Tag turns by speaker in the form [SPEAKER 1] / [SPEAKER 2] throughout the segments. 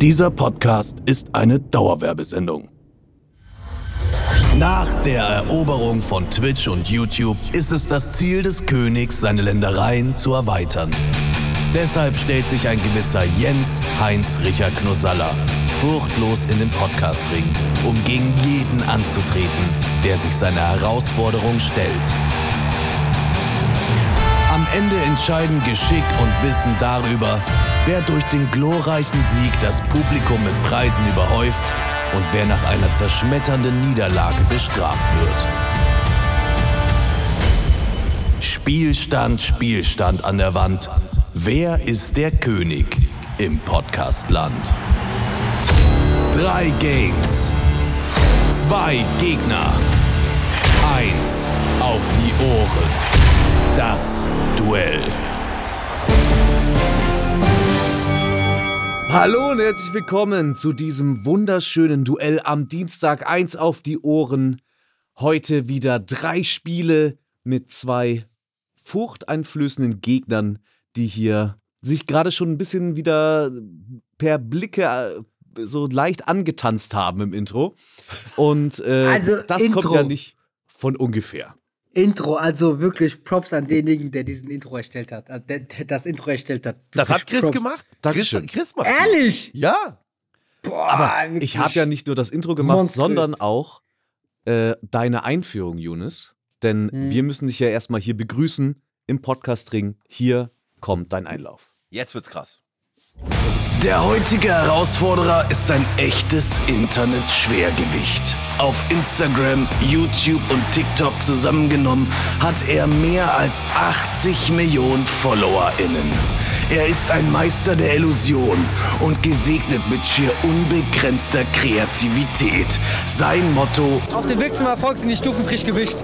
[SPEAKER 1] Dieser Podcast ist eine Dauerwerbesendung. Nach der Eroberung von Twitch und YouTube ist es das Ziel des Königs, seine Ländereien zu erweitern. Deshalb stellt sich ein gewisser Jens Heinz Richer Knusaller furchtlos in den Podcastring, um gegen jeden anzutreten, der sich seiner Herausforderung stellt. Am Ende entscheiden Geschick und Wissen darüber, wer durch den glorreichen Sieg das Publikum mit Preisen überhäuft und wer nach einer zerschmetternden Niederlage bestraft wird. Spielstand, Spielstand an der Wand. Wer ist der König im Podcastland? Drei Games, zwei Gegner, eins auf die Ohren. Das Duell.
[SPEAKER 2] Hallo und herzlich willkommen zu diesem wunderschönen Duell am Dienstag. Eins auf die Ohren. Heute wieder drei Spiele mit zwei furchteinflößenden Gegnern, die hier sich gerade schon ein bisschen wieder per Blicke äh, so leicht angetanzt haben im Intro. Und äh,
[SPEAKER 3] Also,
[SPEAKER 2] das kommt
[SPEAKER 3] Intro.
[SPEAKER 2] ja nicht von ungefähr.
[SPEAKER 3] Intro, also wirklich Props an denjenigen, der diesen Intro erstellt hat, äh, der, der das Intro erstellt hat.
[SPEAKER 4] Das hat
[SPEAKER 3] Wirklich
[SPEAKER 4] Chris
[SPEAKER 3] Props.
[SPEAKER 4] gemacht.
[SPEAKER 2] Dankeschön.
[SPEAKER 4] Chris, Chris macht das.
[SPEAKER 3] Ehrlich?
[SPEAKER 4] Ja.
[SPEAKER 3] Boah,
[SPEAKER 2] Aber ich habe ja nicht nur das Intro gemacht,
[SPEAKER 3] Monströs.
[SPEAKER 2] sondern auch äh, deine Einführung, Younes. Denn
[SPEAKER 3] Mhm.
[SPEAKER 2] wir müssen dich ja erstmal hier begrüßen im Podcast-Ring. Hier kommt dein Einlauf.
[SPEAKER 4] Jetzt wird's krass.
[SPEAKER 1] Der heutige Herausforderer ist ein echtes Internet-Schwergewicht. Auf Instagram, YouTube und TikTok zusammengenommen hat er mehr als 80 Millionen FollowerInnen. Er ist ein Meister der Illusion und gesegnet mit schier unbegrenzter Kreativität. Sein Motto
[SPEAKER 5] Auf dem Weg zum Erfolg sind die Stufen frisch gewischt.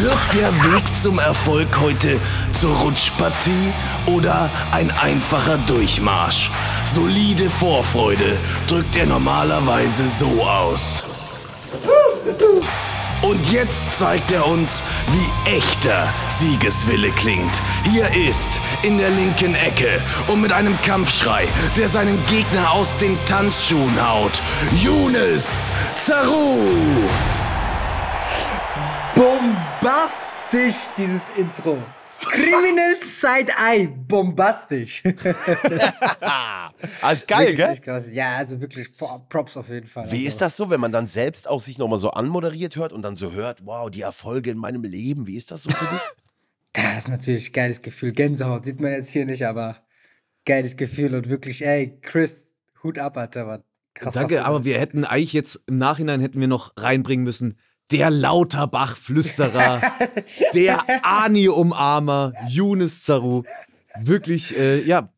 [SPEAKER 1] Wird der Weg zum Erfolg heute zur Rutschpartie oder ein einfacher Durchmarsch? Solide Vorfreude drückt er normalerweise so aus. Und jetzt zeigt er uns, wie echter Siegeswille klingt. Hier ist, in der linken Ecke und mit einem Kampfschrei, der seinen Gegner aus den Tanzschuhen haut, Younes Zaru.
[SPEAKER 3] bombastisch, dieses Intro. Criminal Side Eye, bombastisch.
[SPEAKER 4] Alles geil, gell?
[SPEAKER 3] Wirklich krass. Ja, also wirklich boah, Props auf jeden Fall.
[SPEAKER 4] Wie
[SPEAKER 3] also.
[SPEAKER 4] ist das so, wenn man dann selbst auch sich nochmal so anmoderiert hört und dann so hört, wow, die Erfolge in meinem Leben, wie ist das so für dich?
[SPEAKER 3] Das ist natürlich ein geiles Gefühl. Gänsehaut sieht man jetzt hier nicht, aber geiles Gefühl und wirklich, ey, Chris, Hut ab, Alter, Mann. Krass.
[SPEAKER 2] Danke, aber wir hätten eigentlich jetzt im Nachhinein hätten wir noch reinbringen müssen. Der Lauterbach-Flüsterer, der Ani-Umarmer, Younes Zaru. Wirklich, äh, ja,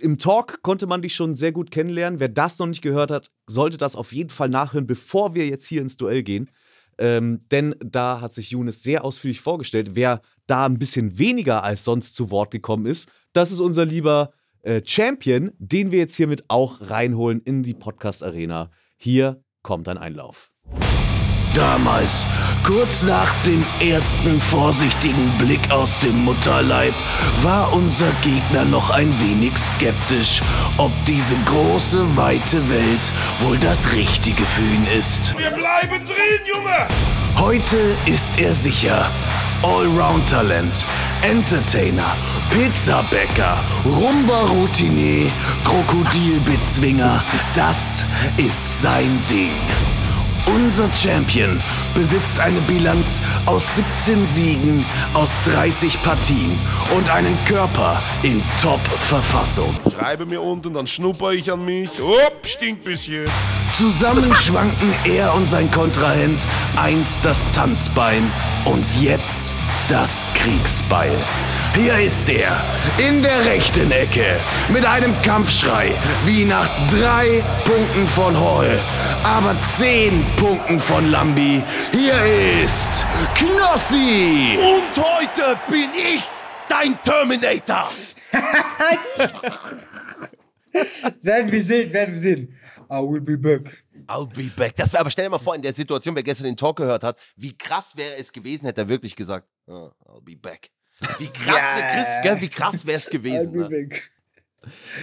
[SPEAKER 2] im Talk konnte man dich schon sehr gut kennenlernen. Wer das noch nicht gehört hat, sollte das auf jeden Fall nachhören, bevor wir jetzt hier ins Duell gehen. Ähm, denn da hat sich Younes sehr ausführlich vorgestellt. Wer da ein bisschen weniger als sonst zu Wort gekommen ist, das ist unser lieber äh, Champion, den wir jetzt hiermit auch reinholen in die Podcast-Arena. Hier kommt ein Einlauf.
[SPEAKER 1] Damals, kurz nach dem ersten vorsichtigen Blick aus dem Mutterleib, war unser Gegner noch ein wenig skeptisch, ob diese große, weite Welt wohl das Richtige für ihn ist.
[SPEAKER 6] Wir bleiben drin, Junge!
[SPEAKER 1] Heute ist er sicher. Allround-Talent, Entertainer, Pizzabäcker, Rumba-Routinier, Krokodilbezwinger, das ist sein Ding. Unser Champion besitzt eine Bilanz aus 17 Siegen aus 30 Partien und einen Körper in Top-Verfassung.
[SPEAKER 6] Schreibe mir unten, dann schnupper ich an mich. Upp, stinkt bisschen.
[SPEAKER 1] Zusammen schwanken er und sein Kontrahent einst das Tanzbein und jetzt das Kriegsbeil. Hier ist er, in der rechten Ecke, mit einem Kampfschrei, wie nach drei Punkten von Hall, aber zehn Punkten von Lambi. Hier ist Knossi!
[SPEAKER 4] und heute bin ich dein Terminator.
[SPEAKER 3] Werden wir sehen, werden wir sehen. I will be back.
[SPEAKER 4] I'll be back. Das wäre aber stell dir mal vor, in der Situation, wer gestern den Talk gehört hat, wie krass wäre es gewesen, hätte er wirklich gesagt, "Ah, I'll be back. Wie krass, wär Chris, gell, wie krass wäre es
[SPEAKER 3] I'll
[SPEAKER 4] gewesen.
[SPEAKER 3] be
[SPEAKER 4] Ne?
[SPEAKER 3] back.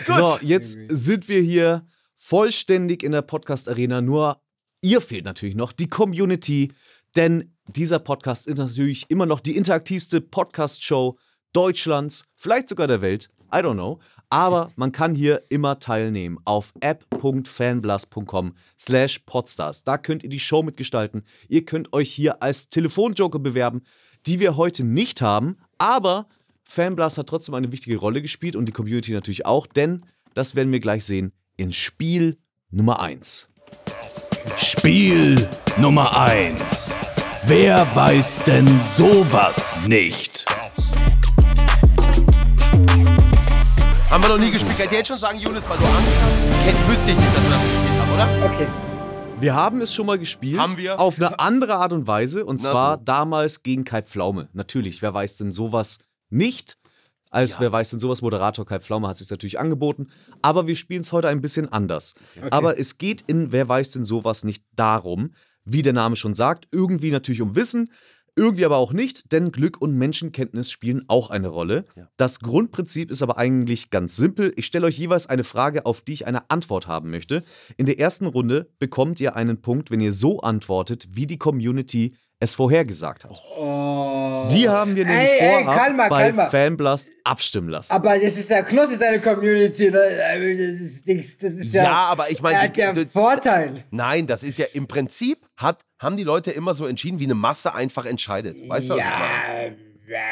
[SPEAKER 2] So, jetzt sind wir hier vollständig in der Podcast-Arena. Nur ihr fehlt natürlich noch die Community, denn dieser Podcast ist natürlich immer noch die interaktivste Podcast-Show Deutschlands, vielleicht sogar der Welt. I don't know. Aber man kann hier immer teilnehmen auf app.fanblast.com slash podstars. Da könnt ihr die Show mitgestalten. Ihr könnt euch hier als Telefonjoker bewerben, die wir heute nicht haben, aber Fanblast hat trotzdem eine wichtige Rolle gespielt und die Community natürlich auch, denn das werden wir gleich sehen in Spiel Nummer 1.
[SPEAKER 1] Spiel Nummer 1. Wer weiß denn sowas nicht?
[SPEAKER 4] Haben wir noch nie gespielt. Kann ich dir jetzt schon sagen, Junis, weil du Angst hast? Kennt, wüsste ich nicht, dass wir das gespielt haben, oder?
[SPEAKER 3] Okay.
[SPEAKER 2] Wir haben es schon mal gespielt.
[SPEAKER 4] Haben wir?
[SPEAKER 2] Auf eine andere Art und Weise. Und
[SPEAKER 4] Na
[SPEAKER 2] zwar
[SPEAKER 4] so.
[SPEAKER 2] damals gegen Kai Pflaume. Natürlich, wer weiß denn sowas nicht? Als wer weiß denn sowas? Moderator Kai Pflaume hat sich natürlich angeboten. Aber wir spielen es heute ein bisschen anders. Aber es geht in Wer weiß denn sowas nicht darum, wie der Name schon sagt, irgendwie natürlich um Wissen. Irgendwie aber auch nicht, denn Glück und Menschenkenntnis spielen auch eine Rolle. Das Grundprinzip ist aber eigentlich ganz simpel. Ich stelle euch jeweils eine Frage, auf die ich eine Antwort haben möchte. In der ersten Runde bekommt ihr einen Punkt, wenn ihr so antwortet, wie die Community es vorhergesagt hat. Die haben wir nämlich
[SPEAKER 3] Oh. Ey, ey,
[SPEAKER 2] vorab
[SPEAKER 3] Kalmar,
[SPEAKER 2] bei
[SPEAKER 3] Kalmar.
[SPEAKER 2] Fanblast abstimmen lassen.
[SPEAKER 3] Aber es ist ja Knossi seine Community. ne? Das ist, Dings, das ist ja,
[SPEAKER 4] Ja, aber ich meine,
[SPEAKER 3] Er
[SPEAKER 4] die-
[SPEAKER 3] hat ja
[SPEAKER 4] die-
[SPEAKER 3] einen Vorteil.
[SPEAKER 4] Nein, das ist ja im Prinzip, hat, haben die Leute immer so entschieden, wie eine Masse einfach entscheidet. Weißt du, was ich meine?
[SPEAKER 3] Ja, ja,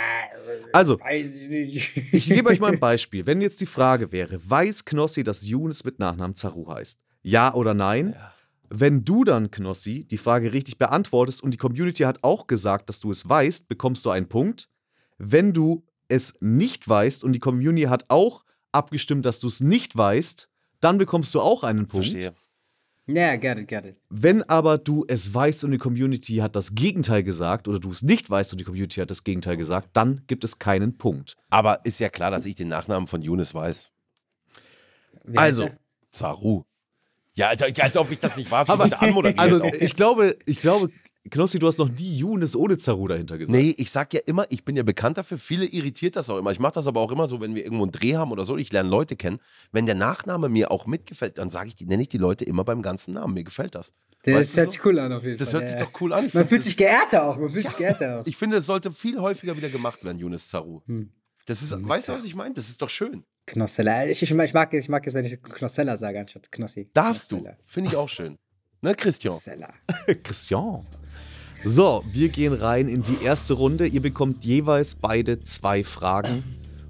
[SPEAKER 2] Also,
[SPEAKER 3] weiß ich nicht.
[SPEAKER 2] ich gebe euch mal ein Beispiel. Wenn jetzt die Frage wäre, weiß Knossi, dass Younes mit Nachnamen Zaru heißt? Ja oder nein? Wenn du dann, Knossi, die Frage richtig beantwortest und die Community hat auch gesagt, dass du es weißt, bekommst du einen Punkt. Wenn du es nicht weißt und die Community hat auch abgestimmt, dass du es nicht weißt, dann bekommst du auch einen Punkt.
[SPEAKER 4] Verstehe.
[SPEAKER 3] Ja, got it, got it.
[SPEAKER 2] Wenn aber du es weißt und die Community hat das Gegenteil gesagt oder du es nicht weißt und die Community hat das Gegenteil gesagt, dann gibt es keinen Punkt.
[SPEAKER 4] Aber ist ja klar, dass ich den Nachnamen von Younes weiß.
[SPEAKER 3] Wie
[SPEAKER 2] Also,
[SPEAKER 3] heißt
[SPEAKER 4] Zaru. Ja, Alter, als ob ich das nicht war. Aber anmoderiert
[SPEAKER 2] Also
[SPEAKER 4] auch.
[SPEAKER 2] ich glaube, ich glaube, Knossi, du hast noch nie Younes ohne Zaru dahinter gesagt.
[SPEAKER 4] Nee, ich sag ja immer, ich bin ja bekannt dafür. Viele irritiert das auch immer. Ich mache das aber auch immer so, wenn wir irgendwo einen Dreh haben oder so. Ich lerne Leute kennen. Wenn der Nachname mir auch mitgefällt, dann sage ich, die nenne ich die Leute immer beim ganzen Namen. Mir gefällt das.
[SPEAKER 3] Der?
[SPEAKER 4] Weißt
[SPEAKER 3] Das
[SPEAKER 4] du
[SPEAKER 3] hört
[SPEAKER 4] so?
[SPEAKER 3] sich cool an auf jeden
[SPEAKER 4] Das
[SPEAKER 3] Fall.
[SPEAKER 4] hört sich
[SPEAKER 3] ja.
[SPEAKER 4] doch cool an. Ich
[SPEAKER 3] Man
[SPEAKER 4] find
[SPEAKER 3] fühlt
[SPEAKER 4] das-
[SPEAKER 3] sich geehrter auch. Man fühlt sich geehrter auch.
[SPEAKER 4] Ich finde, es sollte viel häufiger wieder gemacht werden, Yunus Zaru. Das ist, weißt du, was ich meine? Das ist doch schön.
[SPEAKER 3] Knossella. Ich, ich, ich, mag, ich mag es, wenn ich Knossella sage anstatt Knossi.
[SPEAKER 4] Darfst du.
[SPEAKER 3] Knossella.
[SPEAKER 4] Finde ich auch schön. Ne, Christian?
[SPEAKER 3] Knossella.
[SPEAKER 2] Christian. So, wir gehen rein in die erste Runde. Ihr bekommt jeweils beide zwei Fragen.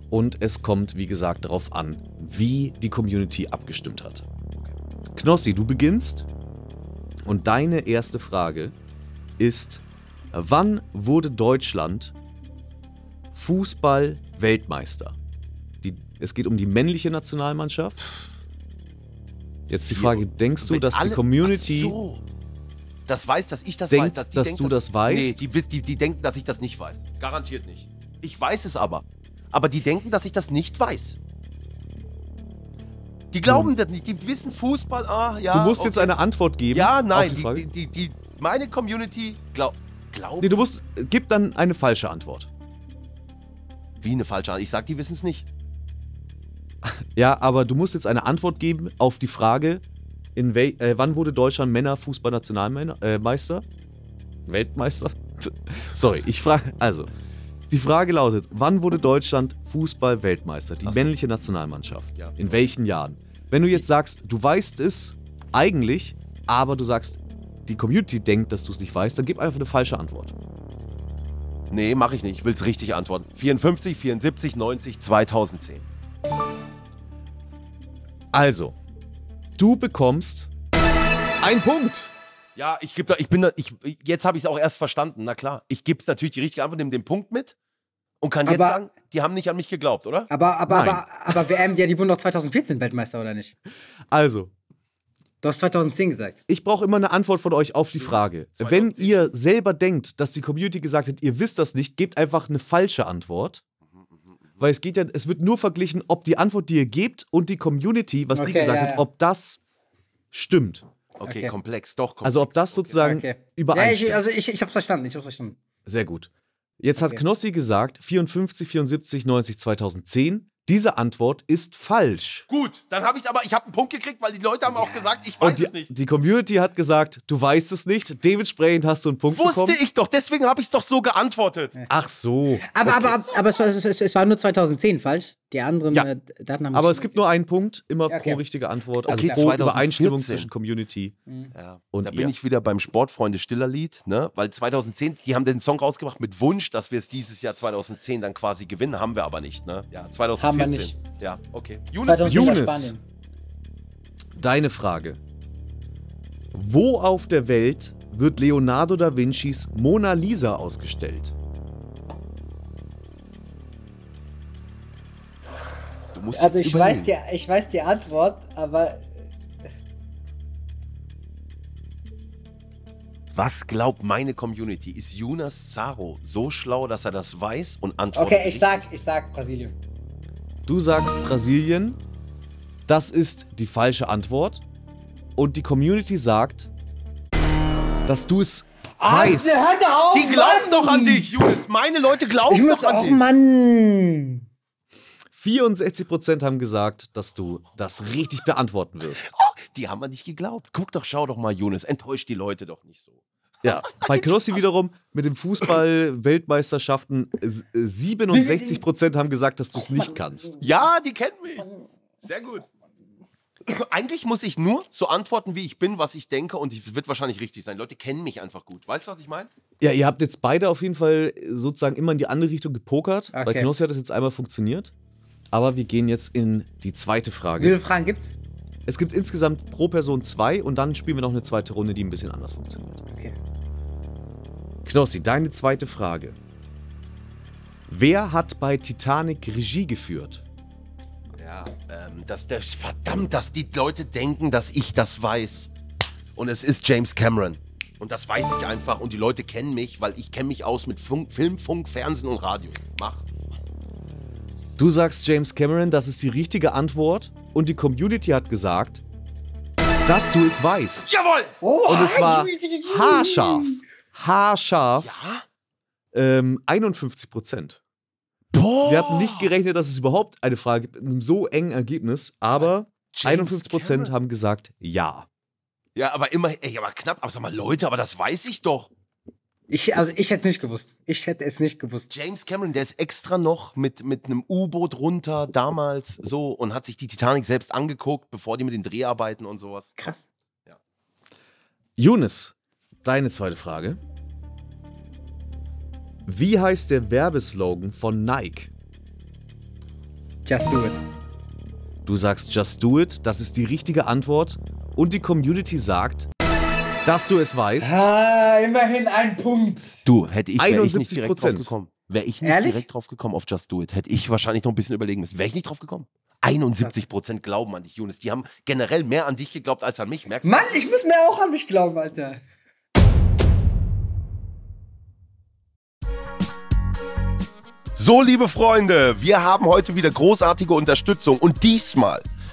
[SPEAKER 2] Und es kommt, wie gesagt, darauf an, wie die Community abgestimmt hat. Knossi, du beginnst. Und deine erste Frage ist, wann wurde Deutschland Fußball-Weltmeister? Die- Es geht um die männliche Nationalmannschaft. Jetzt die Frage, denkst du,
[SPEAKER 4] Wenn
[SPEAKER 2] dass die
[SPEAKER 4] alle-
[SPEAKER 2] Community...
[SPEAKER 4] Ach so. Das weiß, dass ich das
[SPEAKER 2] Denkt,
[SPEAKER 4] weiß. die
[SPEAKER 2] dass
[SPEAKER 4] denkt,
[SPEAKER 2] du das weißt?
[SPEAKER 4] Nee, die, wi- die, die denken, dass ich das nicht weiß. Garantiert nicht. Ich weiß es aber. Aber die denken, dass ich das nicht weiß. Die glauben das nicht. Die wissen Fußball. Ah, ja.
[SPEAKER 2] Hm. Du musst jetzt
[SPEAKER 4] okay.
[SPEAKER 2] eine Antwort geben.
[SPEAKER 4] Ja, nein.
[SPEAKER 2] Auf die
[SPEAKER 4] Die,
[SPEAKER 2] Frage.
[SPEAKER 4] die, die, die, meine Community glaub, glaubt.
[SPEAKER 2] nee, du musst. äh, Gib dann eine falsche Antwort.
[SPEAKER 4] Wie eine falsche Antwort. Ich sag, die wissen es nicht.
[SPEAKER 2] Ja, aber du musst jetzt eine Antwort geben auf die Frage, in wel, äh, wann wurde Deutschland Männer Fußballnationalmeister? Äh, Meister? Weltmeister? Sorry, ich frage. Also, die Frage lautet: Wann wurde Deutschland Fußball-Weltmeister? Die
[SPEAKER 4] Ach so.
[SPEAKER 2] männliche Nationalmannschaft.
[SPEAKER 4] Ja.
[SPEAKER 2] In welchen Jahren? Wenn du jetzt sagst, du weißt es eigentlich, aber du sagst, die Community denkt, dass du es nicht weißt, dann gib einfach eine falsche Antwort.
[SPEAKER 4] Nee, mache ich nicht. Ich will es richtig antworten. 54, 74, 90, 2010.
[SPEAKER 2] Also, du bekommst einen Punkt.
[SPEAKER 4] Ja, ich gebe da, ich bin da, ich, jetzt habe ich es auch erst verstanden, na klar. Ich gebe natürlich die richtige Antwort, nehme den Punkt mit und kann jetzt
[SPEAKER 3] Aber- Ah,
[SPEAKER 4] sagen, die haben nicht an mich geglaubt, oder?
[SPEAKER 3] Aber, aber,
[SPEAKER 2] Nein.
[SPEAKER 3] aber, aber WM, ja, die wurden doch 2014 Weltmeister, oder nicht?
[SPEAKER 2] Also,
[SPEAKER 3] Du hast 2010 gesagt.
[SPEAKER 2] ich brauche immer eine Antwort von euch auf die Frage. Wenn ihr selber denkt, dass die Community gesagt hat, ihr wisst das nicht, gebt einfach eine falsche Antwort.
[SPEAKER 4] Mhm,
[SPEAKER 2] Weil es geht ja, es wird nur verglichen, ob die Antwort, die ihr gebt und die Community, was die
[SPEAKER 3] Okay,
[SPEAKER 2] gesagt
[SPEAKER 3] ja,
[SPEAKER 2] hat,
[SPEAKER 3] ja.
[SPEAKER 2] ob das stimmt.
[SPEAKER 4] Okay,
[SPEAKER 3] Okay.
[SPEAKER 4] komplex, doch komplex.
[SPEAKER 2] Also ob das sozusagen
[SPEAKER 3] Okay. Ja,
[SPEAKER 2] übereinstimmt.
[SPEAKER 3] ich, also ich, ich hab's verstanden, ich hab's verstanden.
[SPEAKER 2] Sehr gut. Jetzt hat
[SPEAKER 3] Okay.
[SPEAKER 2] Knossi gesagt, 54, 74, 90, 2010. Diese Antwort ist falsch.
[SPEAKER 4] Gut, dann habe ich aber, ich habe einen Punkt gekriegt, weil die Leute haben auch gesagt, ich
[SPEAKER 2] Und
[SPEAKER 4] weiß
[SPEAKER 2] die,
[SPEAKER 4] es nicht.
[SPEAKER 2] die Community hat gesagt, du weißt es nicht. Dementsprechend hast du einen Punkt
[SPEAKER 4] Wusste
[SPEAKER 2] bekommen.
[SPEAKER 4] ich doch, deswegen habe ich es doch so geantwortet.
[SPEAKER 2] Ach so.
[SPEAKER 3] Aber, aber, aber, aber es, war, es, es war nur 2010, falsch? Die anderen
[SPEAKER 2] Ja.
[SPEAKER 3] äh, Daten haben
[SPEAKER 2] Aber
[SPEAKER 3] nicht
[SPEAKER 2] es gibt nur einen Punkt, immer
[SPEAKER 3] Okay.
[SPEAKER 2] pro richtige Antwort. Also
[SPEAKER 4] Okay,
[SPEAKER 2] pro
[SPEAKER 4] 2014.
[SPEAKER 2] Übereinstimmung zwischen Community.
[SPEAKER 4] Ja.
[SPEAKER 2] Und
[SPEAKER 4] da bin
[SPEAKER 2] ihr?
[SPEAKER 4] ich wieder beim Sportfreunde Stiller Lied, ne? Weil 2010, die haben den Song rausgebracht mit Wunsch, dass wir es dieses Jahr 2010 dann quasi gewinnen, haben wir aber nicht, ne? Ja, 2014.
[SPEAKER 3] Haben wir nicht.
[SPEAKER 4] Ja, okay. Jonas,
[SPEAKER 3] 2010 war
[SPEAKER 2] Younes.
[SPEAKER 3] Spanien.
[SPEAKER 2] Deine Frage. Wo auf der Welt wird Leonardo da Vincis Mona Lisa ausgestellt?
[SPEAKER 4] du musst
[SPEAKER 3] Also
[SPEAKER 4] jetzt
[SPEAKER 3] ich
[SPEAKER 4] überlegen.
[SPEAKER 3] weiß, die, ich weiß die Antwort, aber
[SPEAKER 4] Was glaubt meine Community? Ist Jonas Zaro so schlau, dass er das weiß und antwortet?
[SPEAKER 3] okay, ich sag, ich sag Brasilien.
[SPEAKER 2] Du sagst Brasilien. Das ist die falsche Antwort. Und die Community sagt, dass du es
[SPEAKER 3] Ah,
[SPEAKER 2] weißt.
[SPEAKER 3] Alter, hör doch auf,
[SPEAKER 4] Die glauben
[SPEAKER 3] Oh Mann!
[SPEAKER 4] doch an dich, Jonas. Meine Leute glauben
[SPEAKER 3] Ich muss
[SPEAKER 4] doch an
[SPEAKER 3] auch,
[SPEAKER 4] dich.
[SPEAKER 3] Mann.
[SPEAKER 2] 64% haben gesagt, dass du das richtig beantworten wirst.
[SPEAKER 4] Die haben an dich geglaubt. Guck doch, schau doch mal, Jonas. Enttäuscht die Leute doch nicht so.
[SPEAKER 2] Ja. Bei Knossi wiederum mit den Fußball-Weltmeisterschaften äh, 67% haben gesagt, dass du es nicht kannst.
[SPEAKER 4] Ja, die kennen mich. Sehr gut. Eigentlich muss ich nur so antworten, wie ich bin, was ich denke, und es wird wahrscheinlich richtig sein. Leute kennen mich einfach gut. Weißt du, was ich meine?
[SPEAKER 2] Ja, ihr habt jetzt beide auf jeden Fall sozusagen immer in die andere Richtung gepokert. Bei
[SPEAKER 3] Okay.
[SPEAKER 2] Knossi hat das jetzt einmal funktioniert. Aber wir gehen jetzt in die zweite
[SPEAKER 3] Wie
[SPEAKER 2] Frage.
[SPEAKER 3] viele Fragen gibt's?
[SPEAKER 2] Es gibt insgesamt pro Person zwei und dann spielen wir noch eine zweite Runde, die ein bisschen anders funktioniert.
[SPEAKER 3] Okay.
[SPEAKER 2] Knossi, deine zweite Frage. Wer hat bei Titanic Regie geführt?
[SPEAKER 4] Ja, ähm, das, das, verdammt, dass die Leute denken, dass ich das weiß. Und es ist James Cameron. Und das weiß ich einfach. Und die Leute kennen mich, weil ich kenne mich aus mit Funk, Film, Funk, Fernsehen und Radio. Mach.
[SPEAKER 2] Du sagst James Cameron, das ist die richtige Antwort und die Community hat gesagt, dass du es weißt.
[SPEAKER 4] Jawohl!
[SPEAKER 2] und es war haarscharf. Haarscharf. Ähm, 51 Prozent.
[SPEAKER 4] Boah!
[SPEAKER 2] Wir hatten nicht
[SPEAKER 4] Oh.
[SPEAKER 2] gerechnet, dass es überhaupt eine Frage gibt, mit einem so engen Ergebnis, aber
[SPEAKER 4] James
[SPEAKER 2] 51 Prozent
[SPEAKER 4] Cameron.
[SPEAKER 2] haben gesagt, ja.
[SPEAKER 4] Ja, aber immer, ey, aber knapp. Aber sag mal, Leute, aber das weiß ich doch.
[SPEAKER 3] Ich, also ich hätte es nicht gewusst. Ich hätte es nicht gewusst.
[SPEAKER 4] James Cameron, der ist extra noch mit, mit einem U-Boot runter damals so und hat sich die Titanic selbst angeguckt, bevor die mit den Dreharbeiten und sowas.
[SPEAKER 3] Krass.
[SPEAKER 2] Younes, deine zweite Frage. Wie heißt der Werbeslogan von Nike?
[SPEAKER 3] Just do it.
[SPEAKER 2] Du sagst Just Do It, das ist die richtige Antwort. Und die Community sagt, dass du es weißt.
[SPEAKER 3] Ah, immerhin ein Punkt.
[SPEAKER 4] Du, hätte ich, wär ich nicht
[SPEAKER 2] 71%.
[SPEAKER 4] direkt drauf gekommen. Wäre ich nicht
[SPEAKER 3] Ehrlich?
[SPEAKER 4] direkt drauf gekommen auf Just Do It, hätte ich wahrscheinlich noch ein bisschen überlegen müssen. Wäre ich nicht drauf gekommen? 71% glauben an dich, Jonas. Die haben generell mehr an dich geglaubt als an mich, merkst du?
[SPEAKER 3] Mann, ich muss mir auch an mich glauben, Alter.
[SPEAKER 4] So, liebe Freunde, wir haben heute wieder großartige Unterstützung und diesmal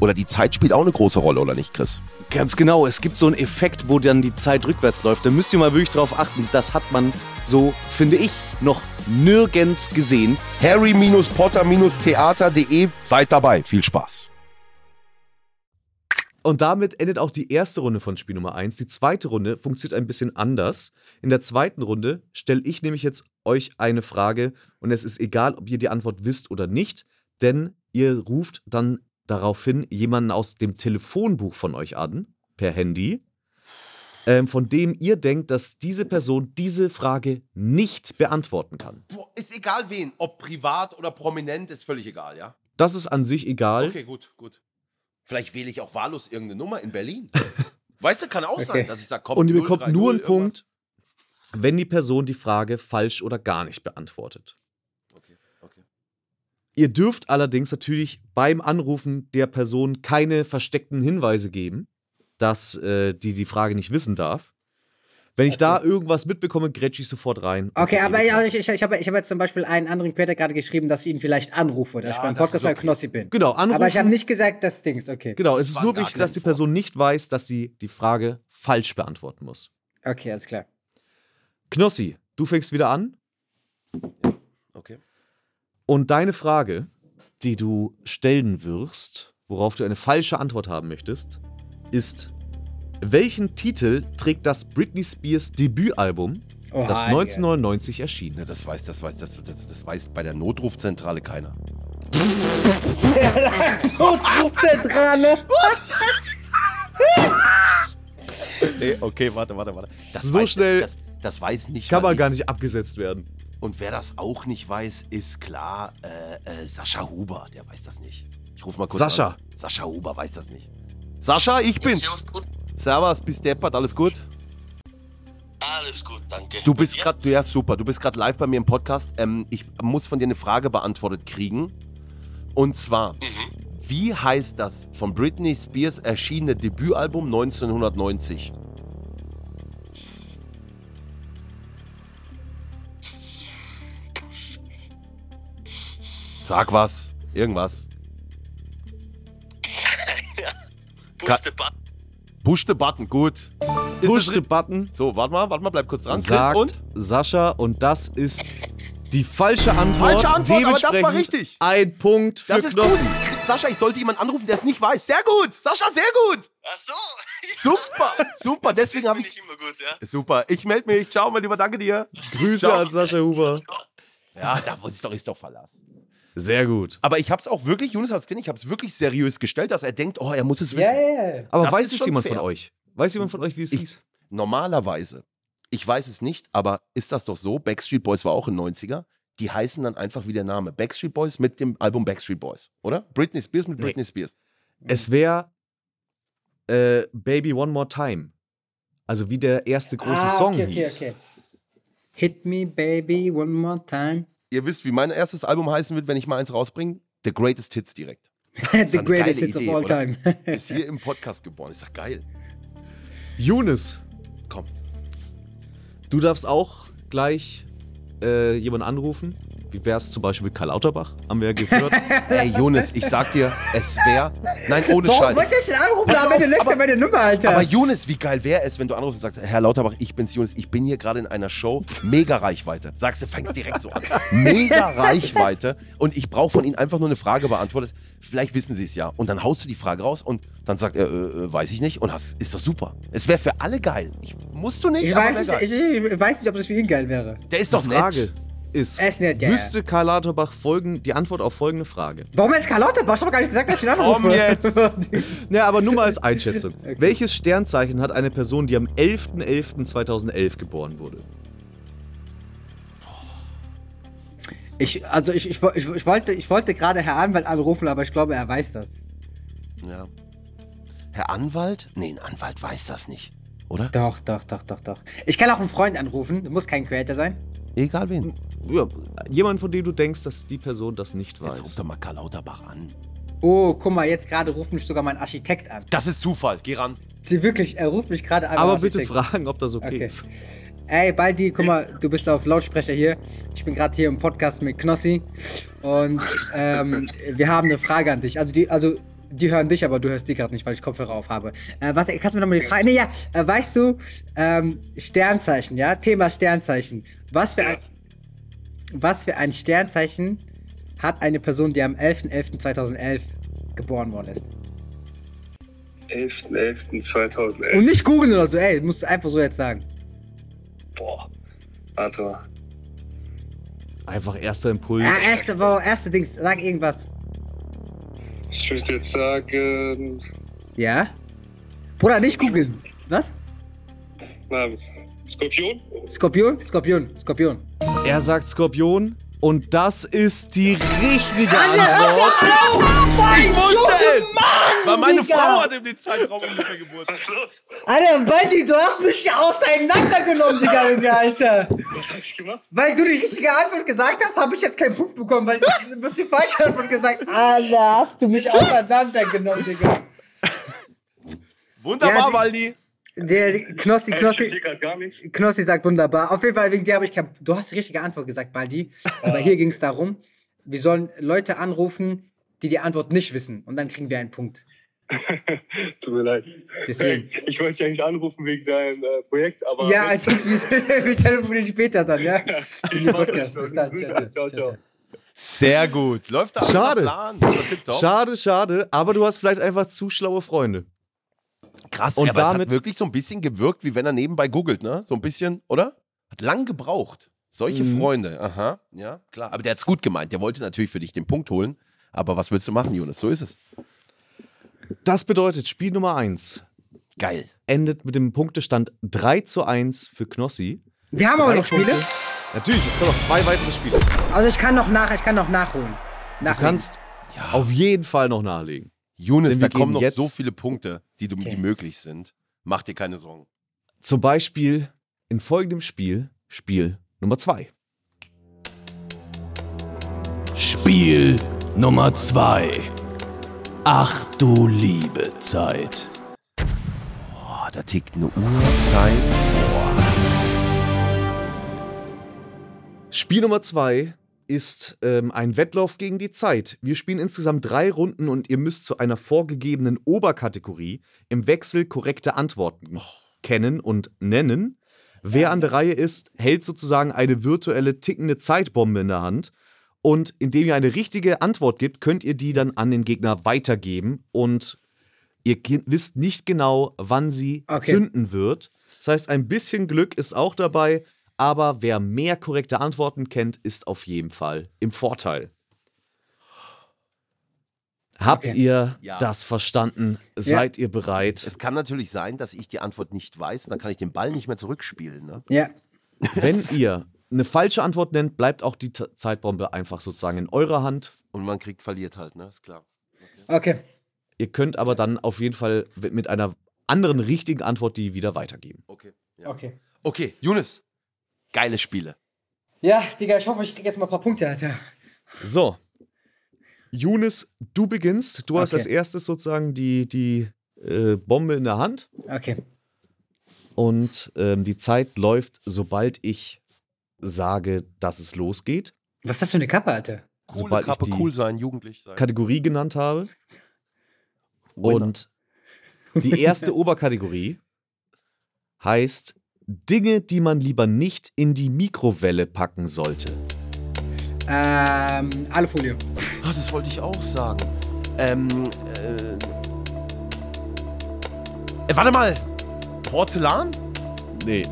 [SPEAKER 4] oder die Zeit spielt auch eine große Rolle, oder nicht, Chris?
[SPEAKER 7] Ganz genau, es gibt so einen Effekt, wo dann die Zeit rückwärts läuft. Da müsst ihr mal wirklich drauf achten. Das hat man, so finde ich, noch nirgends gesehen.
[SPEAKER 4] Harry-Potter-Theater.de, seid dabei, viel Spaß.
[SPEAKER 2] Und damit endet auch die erste Runde von Spiel Nummer 1. Die zweite Runde funktioniert ein bisschen anders. In der zweiten Runde stelle ich nämlich jetzt euch eine Frage und es ist egal, ob ihr die Antwort wisst oder nicht, denn ihr ruft dann daraufhin jemanden aus dem Telefonbuch von euch an, per Handy, ähm, von dem ihr denkt, dass diese Person diese Frage nicht beantworten kann.
[SPEAKER 4] Boah, ist egal wen, ob privat oder prominent, ist völlig egal, ja?
[SPEAKER 2] Das ist an sich egal.
[SPEAKER 4] Okay, gut, gut. Vielleicht wähle ich auch wahllos irgendeine Nummer in Berlin. weißt du, kann auch sein,
[SPEAKER 3] Okay.
[SPEAKER 4] dass ich sage, komm,
[SPEAKER 2] Und ihr bekommt
[SPEAKER 4] 030
[SPEAKER 2] nur einen
[SPEAKER 4] irgendwas.
[SPEAKER 2] Punkt, wenn die Person die Frage falsch oder gar nicht beantwortet.
[SPEAKER 4] Okay, okay.
[SPEAKER 2] Ihr dürft allerdings natürlich beim Anrufen der Person keine versteckten Hinweise geben, dass äh, die die Frage nicht wissen darf. Wenn ich da irgendwas mitbekomme, grätsche ich sofort rein. und
[SPEAKER 3] Okay,
[SPEAKER 2] vergebe
[SPEAKER 3] aber
[SPEAKER 2] die
[SPEAKER 3] ja,
[SPEAKER 2] Antwort.
[SPEAKER 3] ich, ich, ich habe ich hab jetzt zum Beispiel einen anderen Peter gerade geschrieben, dass ich ihn vielleicht anrufe, dass
[SPEAKER 4] Ja,
[SPEAKER 3] ich beim
[SPEAKER 4] das
[SPEAKER 3] Podcast
[SPEAKER 4] ist
[SPEAKER 3] bei
[SPEAKER 4] okay.
[SPEAKER 3] Knossi bin.
[SPEAKER 2] Genau, anrufen.
[SPEAKER 3] Aber ich habe nicht gesagt, dass Dings, okay.
[SPEAKER 2] Genau, es ist
[SPEAKER 4] war
[SPEAKER 2] nur
[SPEAKER 4] gar
[SPEAKER 2] wichtig, dass
[SPEAKER 4] kein
[SPEAKER 2] die Person nicht weiß, dass sie die Frage falsch beantworten muss.
[SPEAKER 3] Okay, alles klar.
[SPEAKER 2] Knossi, du fängst wieder an
[SPEAKER 4] okay.
[SPEAKER 2] und deine Frage, die du stellen wirst, worauf du eine falsche Antwort haben möchtest, ist: Welchen Titel trägt das Britney Spears Debütalbum,
[SPEAKER 4] Oh,
[SPEAKER 3] Oha,
[SPEAKER 2] das
[SPEAKER 3] Digga.
[SPEAKER 2] 1999 erschien?
[SPEAKER 4] Ne, das weiß, das weiß, das, das, das weiß bei der Notrufzentrale keiner.
[SPEAKER 3] Notrufzentrale!
[SPEAKER 4] Nee, okay, warte, warte, warte. Das
[SPEAKER 2] So
[SPEAKER 4] weiß,
[SPEAKER 2] schnell
[SPEAKER 4] das, das weiß nicht.
[SPEAKER 2] Kann
[SPEAKER 4] mal
[SPEAKER 2] man
[SPEAKER 4] ich.
[SPEAKER 2] gar nicht abgesetzt werden.
[SPEAKER 4] Und wer das auch nicht weiß, ist klar äh, äh, Sascha Huber. Der weiß das nicht. Ich ruf mal kurz
[SPEAKER 2] Sascha.
[SPEAKER 4] An. Sascha Huber weiß das nicht. Sascha, ich bin.
[SPEAKER 8] Servus, Bruder.
[SPEAKER 4] Servus, bist deppert, alles gut?
[SPEAKER 8] Alles gut, danke.
[SPEAKER 4] Du bist
[SPEAKER 8] Ja,
[SPEAKER 4] gerade, ja super, du bist gerade live bei mir im Podcast. Ähm, ich muss von dir eine Frage beantwortet kriegen. Und zwar,
[SPEAKER 8] Mhm.
[SPEAKER 4] wie heißt das von Britney Spears erschienene Debütalbum 1990? Sag was, irgendwas.
[SPEAKER 8] Push the button.
[SPEAKER 4] Push the button, gut. Ist
[SPEAKER 2] Push
[SPEAKER 4] es
[SPEAKER 2] the
[SPEAKER 4] ri-
[SPEAKER 2] Button,
[SPEAKER 4] so, warte mal, warte mal, bleib kurz dran.
[SPEAKER 2] sagt
[SPEAKER 4] Chris und?
[SPEAKER 2] Sascha, und das ist die falsche Antwort.
[SPEAKER 4] Falsche Antwort, aber das war
[SPEAKER 2] Dementsprechend
[SPEAKER 4] richtig.
[SPEAKER 2] Ein Punkt für
[SPEAKER 4] Das ist
[SPEAKER 2] Knossi.
[SPEAKER 4] gut. Sascha, ich sollte jemanden anrufen, der es nicht weiß. Sehr gut, Sascha, sehr gut.
[SPEAKER 8] Ach so.
[SPEAKER 4] Super, super, deswegen habe
[SPEAKER 8] Bin
[SPEAKER 4] ich
[SPEAKER 8] ich immer gut, ja.
[SPEAKER 4] Super, ich melde mich. Ciao, mein Lieber, danke dir.
[SPEAKER 2] Grüße
[SPEAKER 4] Ciao.
[SPEAKER 2] an Sascha Huber.
[SPEAKER 4] Ja, da muss ich doch, ist doch Verlass.
[SPEAKER 2] Sehr gut.
[SPEAKER 4] Aber ich hab's auch wirklich, Jonas hat's gesehen, ich hab's wirklich seriös gestellt, dass er denkt, oh, er muss es wissen.
[SPEAKER 3] Ja, ja, ja.
[SPEAKER 2] Aber
[SPEAKER 4] Das
[SPEAKER 2] weiß
[SPEAKER 4] ist
[SPEAKER 2] es
[SPEAKER 4] schon
[SPEAKER 2] jemand
[SPEAKER 4] fair.
[SPEAKER 2] von euch? Weiß jemand von euch, wie es
[SPEAKER 4] Ich-
[SPEAKER 2] hieß?
[SPEAKER 4] Normalerweise, ich weiß es nicht, aber ist das doch so, Backstreet Boys war auch in 90er, die heißen dann einfach wie der Name. Backstreet Boys mit dem Album Backstreet Boys, oder? Britney Spears mit
[SPEAKER 2] Nee.
[SPEAKER 4] Britney Spears.
[SPEAKER 3] Mhm.
[SPEAKER 2] Es wäre äh, Baby One More Time. Also wie der erste große
[SPEAKER 3] ah,
[SPEAKER 2] Song
[SPEAKER 3] okay, okay,
[SPEAKER 2] hieß.
[SPEAKER 3] okay. Hit me, baby, one more time.
[SPEAKER 4] Ihr wisst, wie mein erstes Album heißen wird, wenn ich mal eins rausbringe? The Greatest Hits direkt.
[SPEAKER 3] The
[SPEAKER 4] eine
[SPEAKER 3] greatest
[SPEAKER 4] geile
[SPEAKER 3] hits
[SPEAKER 4] Idee,
[SPEAKER 3] of all
[SPEAKER 4] oder?
[SPEAKER 3] time.
[SPEAKER 4] Ist hier im Podcast geboren. Ist doch geil.
[SPEAKER 2] Younes,
[SPEAKER 4] Komm.
[SPEAKER 2] du darfst auch gleich äh, jemanden anrufen. Wie wär's zum Beispiel mit Karl Lauterbach? Haben wir ja gehört.
[SPEAKER 4] Ey, Jonas, ich sag dir, es wäre. Nein, ohne
[SPEAKER 3] Warum
[SPEAKER 4] Scheiß.
[SPEAKER 3] wollte ich denn anrufen? Am Ende löscht er meine Nummer, Alter.
[SPEAKER 4] Aber Jonas, wie geil wäre es, wenn du anrufst und sagst, Herr Lauterbach, ich bin's Jonas, ich bin hier gerade in einer Show, mega Reichweite. Sagst du, fängst direkt so an. Mega Reichweite und ich brauche von Ihnen einfach nur eine Frage beantwortet. Vielleicht wissen Sie es ja. Und dann haust du die Frage raus und dann sagt er, äh, äh, weiß ich nicht und hast, ist doch super. Es wäre für alle geil. Ich, musst du nicht,
[SPEAKER 3] ich,
[SPEAKER 4] aber
[SPEAKER 3] weiß
[SPEAKER 4] wär
[SPEAKER 3] nicht,
[SPEAKER 4] geil.
[SPEAKER 3] ich, ich weiß nicht, ob das für ihn geil wäre.
[SPEAKER 4] Der ist doch
[SPEAKER 2] Frage
[SPEAKER 4] nett.
[SPEAKER 2] ist,
[SPEAKER 3] Er ist nett, ja,
[SPEAKER 2] wüsste Karl Lauterbach folgen, die Antwort auf folgende Frage?
[SPEAKER 3] Warum jetzt Karl Lauterbach? Ich hab doch gar nicht gesagt, dass ich ihn anrufe.
[SPEAKER 4] Komm jetzt.
[SPEAKER 2] Ja, aber nur mal als Einschätzung. Welches Sternzeichen hat eine Person, die am 11.11.2011 geboren wurde?
[SPEAKER 3] ich, also ich, ich, wo- ich, ich wollte, ich wollte gerade Herr Anwalt anrufen, aber ich glaube, er weiß das.
[SPEAKER 4] Ja. Herr Anwalt? Nee, ein Anwalt weiß das nicht. Oder?
[SPEAKER 3] Doch, doch, doch, doch, doch. Ich kann auch einen Freund anrufen. Du musst kein Creator sein.
[SPEAKER 4] Egal wen.
[SPEAKER 2] Ja, jemand, von dem du denkst, dass die Person das nicht
[SPEAKER 4] Jetzt ruf
[SPEAKER 2] weiß.
[SPEAKER 4] doch mal Karl Lauterbach an.
[SPEAKER 3] Oh, guck mal, jetzt gerade ruft mich sogar mein Architekt an.
[SPEAKER 4] Das ist Zufall. Geh ran.
[SPEAKER 3] Sie wirklich, er ruft mich gerade an. mein
[SPEAKER 2] Aber bitte
[SPEAKER 3] Architekt.
[SPEAKER 2] fragen, ob das okay,
[SPEAKER 3] Okay.
[SPEAKER 2] ist.
[SPEAKER 3] Ey, Baldi, guck mal, du bist auf Lautsprecher hier. Ich bin gerade hier im Podcast mit Knossi und ähm, wir haben eine Frage an dich. Also die, also die hören dich, aber du hörst die gerade nicht, weil ich Kopfhörer auf habe. Äh, warte, kannst du mir nochmal die Frage? Nee, ja, äh, weißt du, ähm, Sternzeichen, ja? Thema Sternzeichen. Was für, ein, was für ein Sternzeichen hat eine Person, die am 11.11.2011 geboren worden ist?
[SPEAKER 9] 11.11.2011.
[SPEAKER 3] Und nicht googeln oder so, ey, musst du einfach so jetzt sagen.
[SPEAKER 9] Boah. Warte mal.
[SPEAKER 2] Einfach erster Impuls.
[SPEAKER 3] Ja, Ah, erste, wow, erste Dings, sag irgendwas.
[SPEAKER 9] Ich würde jetzt sagen.
[SPEAKER 3] Ja? Bruder, nicht googeln. Was?
[SPEAKER 9] Na, Skorpion?
[SPEAKER 3] Skorpion? Skorpion, Skorpion.
[SPEAKER 2] Er sagt Skorpion und das ist die richtige
[SPEAKER 3] Oh
[SPEAKER 2] Antwort.
[SPEAKER 4] Ich wusste es! Weil meine
[SPEAKER 3] Digga.
[SPEAKER 4] Frau hat in dem Zeitraum ungefähr Geburt.
[SPEAKER 3] Alter, Baldi, du hast mich ja auseinandergenommen, Digga, Junge, Alter.
[SPEAKER 9] Hab ich gemacht?
[SPEAKER 3] Weil du die richtige Antwort gesagt hast, habe ich jetzt keinen Punkt bekommen, weil ich ein bisschen falsche Antwort gesagt Alter, hast du mich auseinandergenommen, Digga.
[SPEAKER 4] Wunderbar,
[SPEAKER 3] Ja, die-
[SPEAKER 4] Waldi.
[SPEAKER 3] Der Knossi,
[SPEAKER 9] Ey, ich verstehe
[SPEAKER 3] Knossi,
[SPEAKER 9] gerade gar nichts.
[SPEAKER 3] Knossi sagt wunderbar. Auf jeden Fall, wegen dir habe ich kein. Du hast die richtige Antwort gesagt, Baldi. Aber hier ging es darum, wir sollen Leute anrufen, die die Antwort nicht wissen. Und dann kriegen wir einen Punkt.
[SPEAKER 9] Tut mir leid.
[SPEAKER 3] Deswegen.
[SPEAKER 9] Ich wollte dich eigentlich anrufen wegen deinem äh, Projekt, aber.
[SPEAKER 3] Ja, also wir, wir telefonieren später dann, ja? In dem
[SPEAKER 9] mach das
[SPEAKER 3] Podcast.
[SPEAKER 9] schon.
[SPEAKER 3] Bis dann.
[SPEAKER 9] Grüße.
[SPEAKER 3] Ciao, ciao,
[SPEAKER 9] Ciao, ciao.
[SPEAKER 3] ciao.
[SPEAKER 4] Sehr gut. Läuft da alles
[SPEAKER 2] Schade.
[SPEAKER 4] nach Plan. Das war tipptopp.
[SPEAKER 2] Schade, schade, aber du hast vielleicht einfach zu schlaue Freunde.
[SPEAKER 4] Krass,
[SPEAKER 2] Und
[SPEAKER 4] und aber es
[SPEAKER 2] damit-
[SPEAKER 4] hat wirklich so ein bisschen gewirkt, wie wenn er nebenbei googelt, ne? So ein bisschen, oder? Hat lang gebraucht. Solche
[SPEAKER 2] Mhm.
[SPEAKER 4] Freunde, aha, ja, klar. Aber der hat's gut gemeint. Der wollte natürlich für dich den Punkt holen. Aber was willst du machen, Jonas? So ist es.
[SPEAKER 2] Das bedeutet, Spiel Nummer 1
[SPEAKER 4] Geil.
[SPEAKER 2] endet mit dem Punktestand 3 zu 1 für Knossi.
[SPEAKER 3] Wir haben aber noch Spiele.
[SPEAKER 2] Natürlich, es kommen noch zwei weitere Spiele.
[SPEAKER 3] Also ich kann noch nach, ich kann noch nachholen. Nachholen.
[SPEAKER 2] Du kannst auf jeden Fall noch nachlegen.
[SPEAKER 4] Jonas,
[SPEAKER 2] Denn
[SPEAKER 4] da
[SPEAKER 2] wir gehen
[SPEAKER 4] kommen noch
[SPEAKER 2] jetzt-
[SPEAKER 4] so viele Punkte, die, du, die möglich sind. Mach dir keine Sorgen.
[SPEAKER 2] Zum Beispiel in folgendem Spiel, Spiel Nummer 2.
[SPEAKER 1] Spiel Nummer 2. Ach du liebe Zeit.
[SPEAKER 2] Oh,
[SPEAKER 4] Boah, da tickt eine Uhrzeit.
[SPEAKER 2] Spiel Nummer 2 ist ähm, ein Wettlauf gegen die Zeit. Wir spielen insgesamt drei Runden und ihr müsst zu einer vorgegebenen Oberkategorie im Wechsel korrekte Antworten kennen und nennen. Wer an der Reihe ist, hält sozusagen eine virtuelle tickende Zeitbombe in der Hand. Und indem ihr eine richtige Antwort gibt, könnt ihr die dann an den Gegner weitergeben. Und ihr ge- wisst nicht genau, wann sie
[SPEAKER 3] Okay.
[SPEAKER 2] zünden wird. Das heißt, ein bisschen Glück ist auch dabei. Aber wer mehr korrekte Antworten kennt, ist auf jeden Fall im Vorteil. Habt
[SPEAKER 3] Okay.
[SPEAKER 2] ihr
[SPEAKER 4] Ja.
[SPEAKER 2] das verstanden? Seid ihr bereit?
[SPEAKER 4] Es kann natürlich sein, dass ich die Antwort nicht weiß und dann kann ich den Ball nicht mehr zurückspielen. Ne?
[SPEAKER 3] Ja.
[SPEAKER 2] Wenn ihr eine falsche Antwort nennt, bleibt auch die T- Zeitbombe einfach sozusagen in eurer Hand.
[SPEAKER 4] Und man kriegt verliert halt, ne? Ist klar.
[SPEAKER 3] Okay.
[SPEAKER 2] Ihr könnt aber dann auf jeden Fall mit einer anderen richtigen Antwort die wieder weitergeben.
[SPEAKER 4] Okay. Ja.
[SPEAKER 3] Okay.
[SPEAKER 4] Okay, Jonas. Geile Spiele.
[SPEAKER 3] Ja, Digga, ich hoffe, ich krieg jetzt mal ein paar Punkte, Alter.
[SPEAKER 2] So. Younes, du beginnst. Du hast
[SPEAKER 3] Okay.
[SPEAKER 2] als erstes sozusagen die, die äh, Bombe in der Hand.
[SPEAKER 3] Okay.
[SPEAKER 2] Und ähm, die Zeit läuft, sobald ich sage, dass es losgeht.
[SPEAKER 3] Was ist das für eine Kappe, Alter?
[SPEAKER 4] Coole
[SPEAKER 2] Sobald ich
[SPEAKER 4] Kappe,
[SPEAKER 2] die-
[SPEAKER 4] cool sein, jugendlich sein.
[SPEAKER 2] Kategorie genannt habe.
[SPEAKER 4] Winner.
[SPEAKER 2] Und die erste Oberkategorie heißt Dinge, die man lieber nicht in die Mikrowelle packen sollte.
[SPEAKER 3] Ähm, Alufolie.
[SPEAKER 4] Ah, das wollte ich auch sagen. Ähm, äh, äh, Warte mal. Porzellan?
[SPEAKER 2] Nee.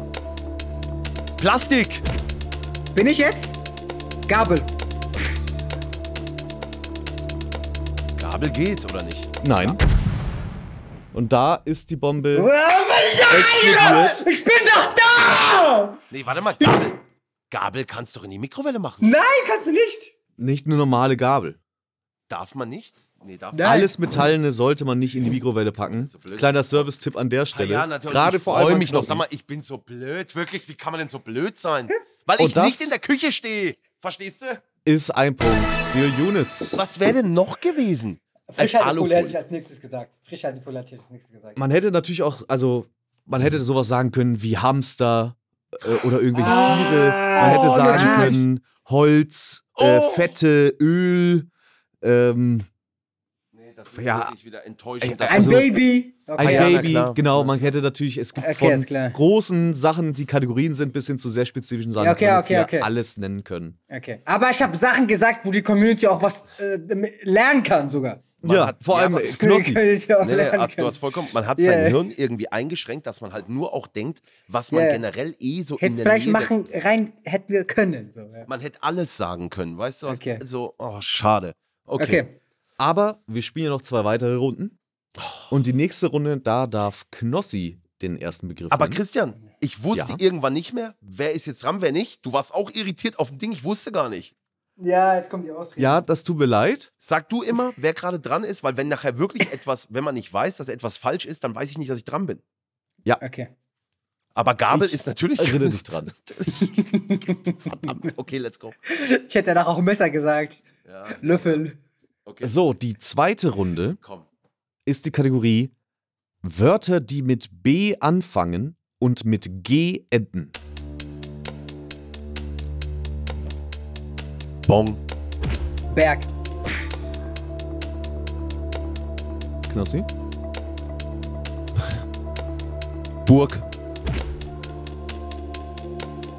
[SPEAKER 4] Plastik?
[SPEAKER 3] Bin ich jetzt? Gabel.
[SPEAKER 4] Gabel geht, oder nicht?
[SPEAKER 2] Nein. Und da ist die
[SPEAKER 3] Oh,
[SPEAKER 2] Bombe.
[SPEAKER 4] Explodiert.
[SPEAKER 3] Ich bin doch da!
[SPEAKER 4] Nee, warte mal. Gabel. Gabel kannst du doch in die Mikrowelle machen.
[SPEAKER 3] Nein, kannst du nicht!
[SPEAKER 2] Nicht eine normale Gabel.
[SPEAKER 4] Darf man nicht? Nee, darf
[SPEAKER 3] Nein.
[SPEAKER 4] man
[SPEAKER 2] Alles Metallene sollte man nicht in die Mikrowelle packen.
[SPEAKER 4] So blöd.
[SPEAKER 2] Kleiner Service-Tipp an der
[SPEAKER 4] Ah,
[SPEAKER 2] Stelle.
[SPEAKER 4] ja, natürlich.
[SPEAKER 2] Gerade
[SPEAKER 4] ich
[SPEAKER 2] vor allem.
[SPEAKER 4] freue
[SPEAKER 2] an
[SPEAKER 4] mich noch. Sag
[SPEAKER 2] Knochen.
[SPEAKER 4] mal, ich bin so blöd. Wirklich, wie kann man denn so blöd
[SPEAKER 3] Hm?
[SPEAKER 4] sein? Weil
[SPEAKER 2] Und
[SPEAKER 4] ich
[SPEAKER 2] das-
[SPEAKER 4] nicht in der Küche stehe. Verstehst du?
[SPEAKER 2] Ist ein Punkt für Younes.
[SPEAKER 4] Was wäre denn noch gewesen?
[SPEAKER 3] Frischhaltefolie hätte
[SPEAKER 2] Alufolie.
[SPEAKER 3] ich halt- als nächstes gesagt. Frischhaltefolie hätte ich als nächstes gesagt.
[SPEAKER 2] Man hätte natürlich auch, also, man hätte sowas sagen können wie Hamster äh, oder irgendwelche
[SPEAKER 3] Ah,
[SPEAKER 2] Tiere. Man hätte
[SPEAKER 3] oh,
[SPEAKER 2] sagen
[SPEAKER 3] natürlich. Oh.
[SPEAKER 2] können Holz, äh, Fette, Öl, ähm,
[SPEAKER 4] Nee, das ist
[SPEAKER 2] Ja.
[SPEAKER 4] wirklich wieder enttäuschend.
[SPEAKER 2] Ey,
[SPEAKER 4] dass
[SPEAKER 3] Ein
[SPEAKER 2] also-
[SPEAKER 4] man-
[SPEAKER 3] Baby.
[SPEAKER 2] ein
[SPEAKER 4] Ah ja, na
[SPEAKER 2] Baby.
[SPEAKER 4] klar.
[SPEAKER 2] Genau, man hätte natürlich, es gibt
[SPEAKER 3] Okay,
[SPEAKER 2] von
[SPEAKER 3] ist klar.
[SPEAKER 2] großen Sachen, die Kategorien sind, bis hin zu sehr spezifischen Sachen,
[SPEAKER 3] Ja, okay,
[SPEAKER 2] die man jetzt
[SPEAKER 3] okay,
[SPEAKER 2] hier
[SPEAKER 3] okay.
[SPEAKER 2] alles nennen können.
[SPEAKER 3] Okay. Aber ich habe Sachen gesagt, wo die Community auch was äh, lernen kann sogar.
[SPEAKER 2] ja,
[SPEAKER 4] hat-
[SPEAKER 2] vor
[SPEAKER 4] ja,
[SPEAKER 2] allem
[SPEAKER 4] aber-
[SPEAKER 2] äh, Knossi.
[SPEAKER 3] Die Community auch
[SPEAKER 4] Nee, nee,
[SPEAKER 3] lernen
[SPEAKER 4] ab- du
[SPEAKER 3] kann.
[SPEAKER 4] hast vollkommen, man hat
[SPEAKER 3] Ja,
[SPEAKER 4] sein
[SPEAKER 3] ja.
[SPEAKER 4] Hirn irgendwie eingeschränkt, dass man halt nur auch denkt, was man
[SPEAKER 3] Ja, ja.
[SPEAKER 4] generell eh so in
[SPEAKER 3] Hätte
[SPEAKER 4] der
[SPEAKER 3] vielleicht
[SPEAKER 4] Nähe
[SPEAKER 3] machen, rein hätten wir können. So, ja.
[SPEAKER 4] Man hätte alles sagen können, weißt du was?
[SPEAKER 3] Okay.
[SPEAKER 4] So, oh, schade. Okay.
[SPEAKER 3] okay.
[SPEAKER 2] Aber wir spielen ja noch zwei weitere Runden. Und die nächste Runde, da darf Knossi den ersten Begriff
[SPEAKER 4] Aber
[SPEAKER 2] nennen.
[SPEAKER 4] Christian, ich wusste
[SPEAKER 2] Ja.
[SPEAKER 4] irgendwann nicht mehr, wer ist jetzt dran, wer nicht. Du warst auch irritiert auf dem Ding, ich wusste gar nicht.
[SPEAKER 3] Ja, jetzt kommt die Ausrede.
[SPEAKER 2] Ja, das tut mir leid.
[SPEAKER 4] Sag du immer, wer gerade dran ist, weil wenn nachher wirklich etwas, wenn man nicht weiß, dass etwas falsch ist, dann weiß ich nicht, dass ich dran bin.
[SPEAKER 3] Okay.
[SPEAKER 4] Aber Gabel
[SPEAKER 2] Ich
[SPEAKER 4] ist natürlich.
[SPEAKER 2] erinnere dich dran.
[SPEAKER 4] Verdammt. Okay, let's go.
[SPEAKER 3] Ich hätte danach auch Messer gesagt.
[SPEAKER 4] Ja,
[SPEAKER 3] Löffel.
[SPEAKER 4] okay.
[SPEAKER 2] So, die zweite Runde
[SPEAKER 4] Komm.
[SPEAKER 2] ist die Kategorie Wörter, die mit B anfangen und mit G enden.
[SPEAKER 4] Bong.
[SPEAKER 3] Berg.
[SPEAKER 2] Knossi?
[SPEAKER 4] Burg.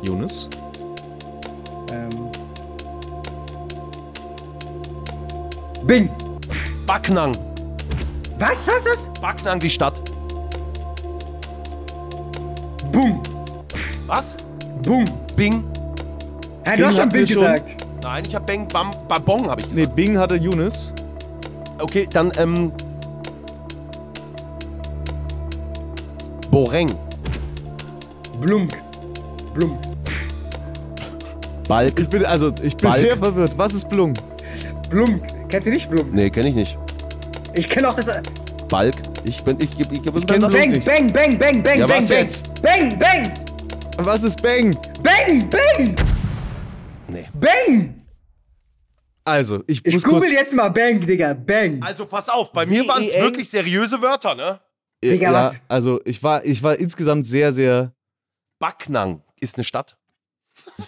[SPEAKER 2] Jonas?
[SPEAKER 3] Ähm. Bing.
[SPEAKER 4] Backnang.
[SPEAKER 3] Was, was, was?
[SPEAKER 4] Backnang, die Stadt.
[SPEAKER 3] Boom.
[SPEAKER 4] Was?
[SPEAKER 3] Boom.
[SPEAKER 4] Bing.
[SPEAKER 3] Ja, du hast schon
[SPEAKER 4] hatten
[SPEAKER 3] Bing
[SPEAKER 4] wir schon.
[SPEAKER 3] gesagt.
[SPEAKER 4] Nein, ich hab Bang, Bam, Babong, habe ich
[SPEAKER 2] Nee,
[SPEAKER 4] gesagt.
[SPEAKER 2] Bing hatte Jonas.
[SPEAKER 4] Okay, dann, ähm. Boreng.
[SPEAKER 3] Blunk. Blunk.
[SPEAKER 4] Balk.
[SPEAKER 2] Ich bin also, ich bin
[SPEAKER 4] Balk.
[SPEAKER 2] sehr verwirrt. Was ist Blung?
[SPEAKER 3] Blunk. Kennst du nicht Blunk?
[SPEAKER 4] Nee, kenne ich nicht.
[SPEAKER 3] Ich kenne auch das. äh,
[SPEAKER 4] Balk. Ich bin, ich gebe, ich gebe,
[SPEAKER 2] kenn Blum
[SPEAKER 3] Bang,
[SPEAKER 2] nicht.
[SPEAKER 3] bang, bang, bang, bang,
[SPEAKER 4] Ja,
[SPEAKER 3] bang,
[SPEAKER 4] was
[SPEAKER 3] bang.
[SPEAKER 4] jetzt?
[SPEAKER 3] Bang, bang,
[SPEAKER 2] Was ist Bang?
[SPEAKER 3] bang, bang.
[SPEAKER 4] Nee.
[SPEAKER 3] Bang.
[SPEAKER 2] Also, ich,
[SPEAKER 3] Ich
[SPEAKER 2] muss
[SPEAKER 3] google
[SPEAKER 2] kurz.
[SPEAKER 3] jetzt mal Bang, Digga. Bang.
[SPEAKER 4] Also pass auf, bei
[SPEAKER 2] E
[SPEAKER 4] mir waren es
[SPEAKER 2] BEN.
[SPEAKER 4] wirklich seriöse Wörter, ne?
[SPEAKER 3] Digga,
[SPEAKER 2] ja,
[SPEAKER 3] was?
[SPEAKER 2] also ich war, ich war insgesamt sehr, sehr,
[SPEAKER 4] Backnang ist eine Stadt.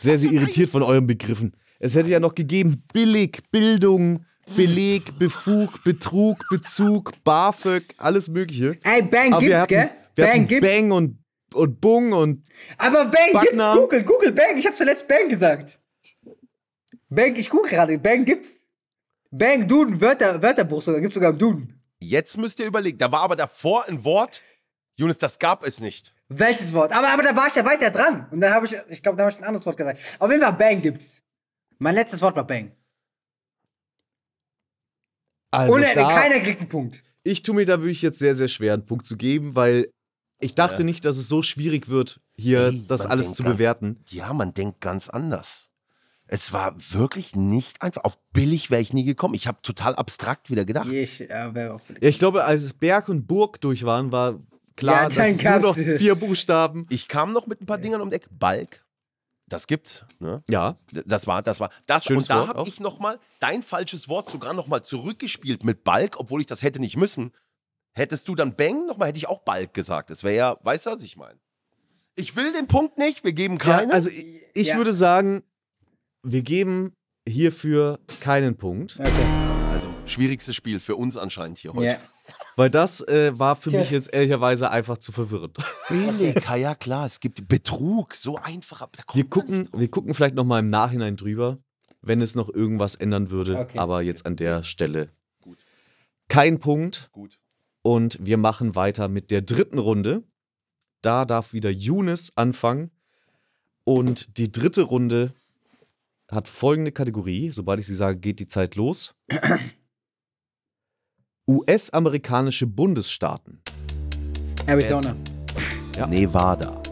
[SPEAKER 2] sehr, sehr irritiert von euren Begriffen. Es hätte ja noch gegeben: Billig, Bildung, Beleg, Befug, Betrug, Bezug, BAföG, alles Mögliche.
[SPEAKER 3] Ey, Bang
[SPEAKER 2] Aber Ah,
[SPEAKER 3] gibt's,
[SPEAKER 2] wir hatten,
[SPEAKER 3] gell?
[SPEAKER 2] Wir
[SPEAKER 3] bang
[SPEAKER 2] hatten
[SPEAKER 3] gibt's.
[SPEAKER 2] Bang und, und Bung und
[SPEAKER 3] Aber Bang
[SPEAKER 2] Backnamen.
[SPEAKER 3] gibt's. Google, Google Bang. Ich hab zuletzt Bang gesagt. Bang, ich google gerade. Bang gibt's. Bang, Duden, Wörter, Wörterbuch sogar. Gibt's sogar im Duden.
[SPEAKER 4] Jetzt müsst ihr überlegen. Da war aber davor ein Wort. Jonas, das gab es nicht.
[SPEAKER 3] Welches Wort? Aber, aber da war ich ja weiter dran. Und dann habe ich, ich glaube, da habe ich ein anderes Wort gesagt. Auf jeden Fall Bang gibt's. Mein letztes Wort war Bang.
[SPEAKER 2] also
[SPEAKER 3] Ohne,
[SPEAKER 2] da,
[SPEAKER 3] keiner kriegt einen Punkt.
[SPEAKER 2] Ich tue mir da wirklich jetzt sehr, sehr schwer, einen Punkt zu geben, weil ich dachte nicht, dass es so schwierig wird, hier
[SPEAKER 4] Ey,
[SPEAKER 2] das
[SPEAKER 4] man
[SPEAKER 2] alles
[SPEAKER 4] denkt
[SPEAKER 2] zu
[SPEAKER 4] ganz-
[SPEAKER 2] bewerten.
[SPEAKER 4] Ja, man denkt ganz anders. Es war wirklich nicht einfach. Auf billig wäre ich nie gekommen. Ich habe total abstrakt wieder gedacht.
[SPEAKER 3] Ich, ja, wäre auch
[SPEAKER 2] Ja, ich glaube, als Berg und Burg durch waren, war
[SPEAKER 3] Ja,
[SPEAKER 2] klar,
[SPEAKER 3] dann
[SPEAKER 2] dass es nur
[SPEAKER 3] gab's-
[SPEAKER 2] noch vier Buchstaben.
[SPEAKER 4] Ich kam noch mit ein paar Dingern um die Ecke. Balk. Das gibt's. Ne?
[SPEAKER 2] Ja,
[SPEAKER 4] D- Das war, das war, das
[SPEAKER 2] Schönes
[SPEAKER 4] und da
[SPEAKER 2] Wort
[SPEAKER 4] habe
[SPEAKER 2] auch.
[SPEAKER 4] ich noch mal dein falsches Wort sogar noch mal zurückgespielt mit Balk, obwohl ich das hätte nicht müssen. Hättest du dann Bang noch mal, hätte ich auch Balk gesagt. Das wäre ja, weißt du, was ich meine? Ich will den Punkt nicht. Wir geben
[SPEAKER 2] ja
[SPEAKER 4] keine.
[SPEAKER 2] also ich, ich
[SPEAKER 3] ne? Ja.
[SPEAKER 2] würde sagen, wir geben hierfür keinen Punkt,
[SPEAKER 3] Okay.
[SPEAKER 4] Also, schwierigstes Spiel für uns anscheinend hier heute.
[SPEAKER 3] Ja.
[SPEAKER 2] weil das äh, war für
[SPEAKER 3] Okay.
[SPEAKER 2] mich jetzt ehrlicherweise einfach zu verwirrend.
[SPEAKER 4] Billig, ja, ja klar, es gibt Betrug, so einfach. Da kommt
[SPEAKER 2] Wir
[SPEAKER 4] man
[SPEAKER 2] gucken,
[SPEAKER 4] nicht drauf.
[SPEAKER 2] wir gucken vielleicht noch mal im Nachhinein drüber, wenn es noch irgendwas ändern würde.
[SPEAKER 3] Okay.
[SPEAKER 2] Aber jetzt an der Stelle
[SPEAKER 4] Gut.
[SPEAKER 2] kein Punkt.
[SPEAKER 4] Gut.
[SPEAKER 2] Und wir machen weiter mit der dritten Runde. Da darf wieder Younes anfangen. Und die dritte Runde hat folgende Kategorie. Sobald ich sie sage, geht die Zeit los. US-amerikanische Bundesstaaten.
[SPEAKER 3] Arizona.
[SPEAKER 2] Ja.
[SPEAKER 4] Nevada,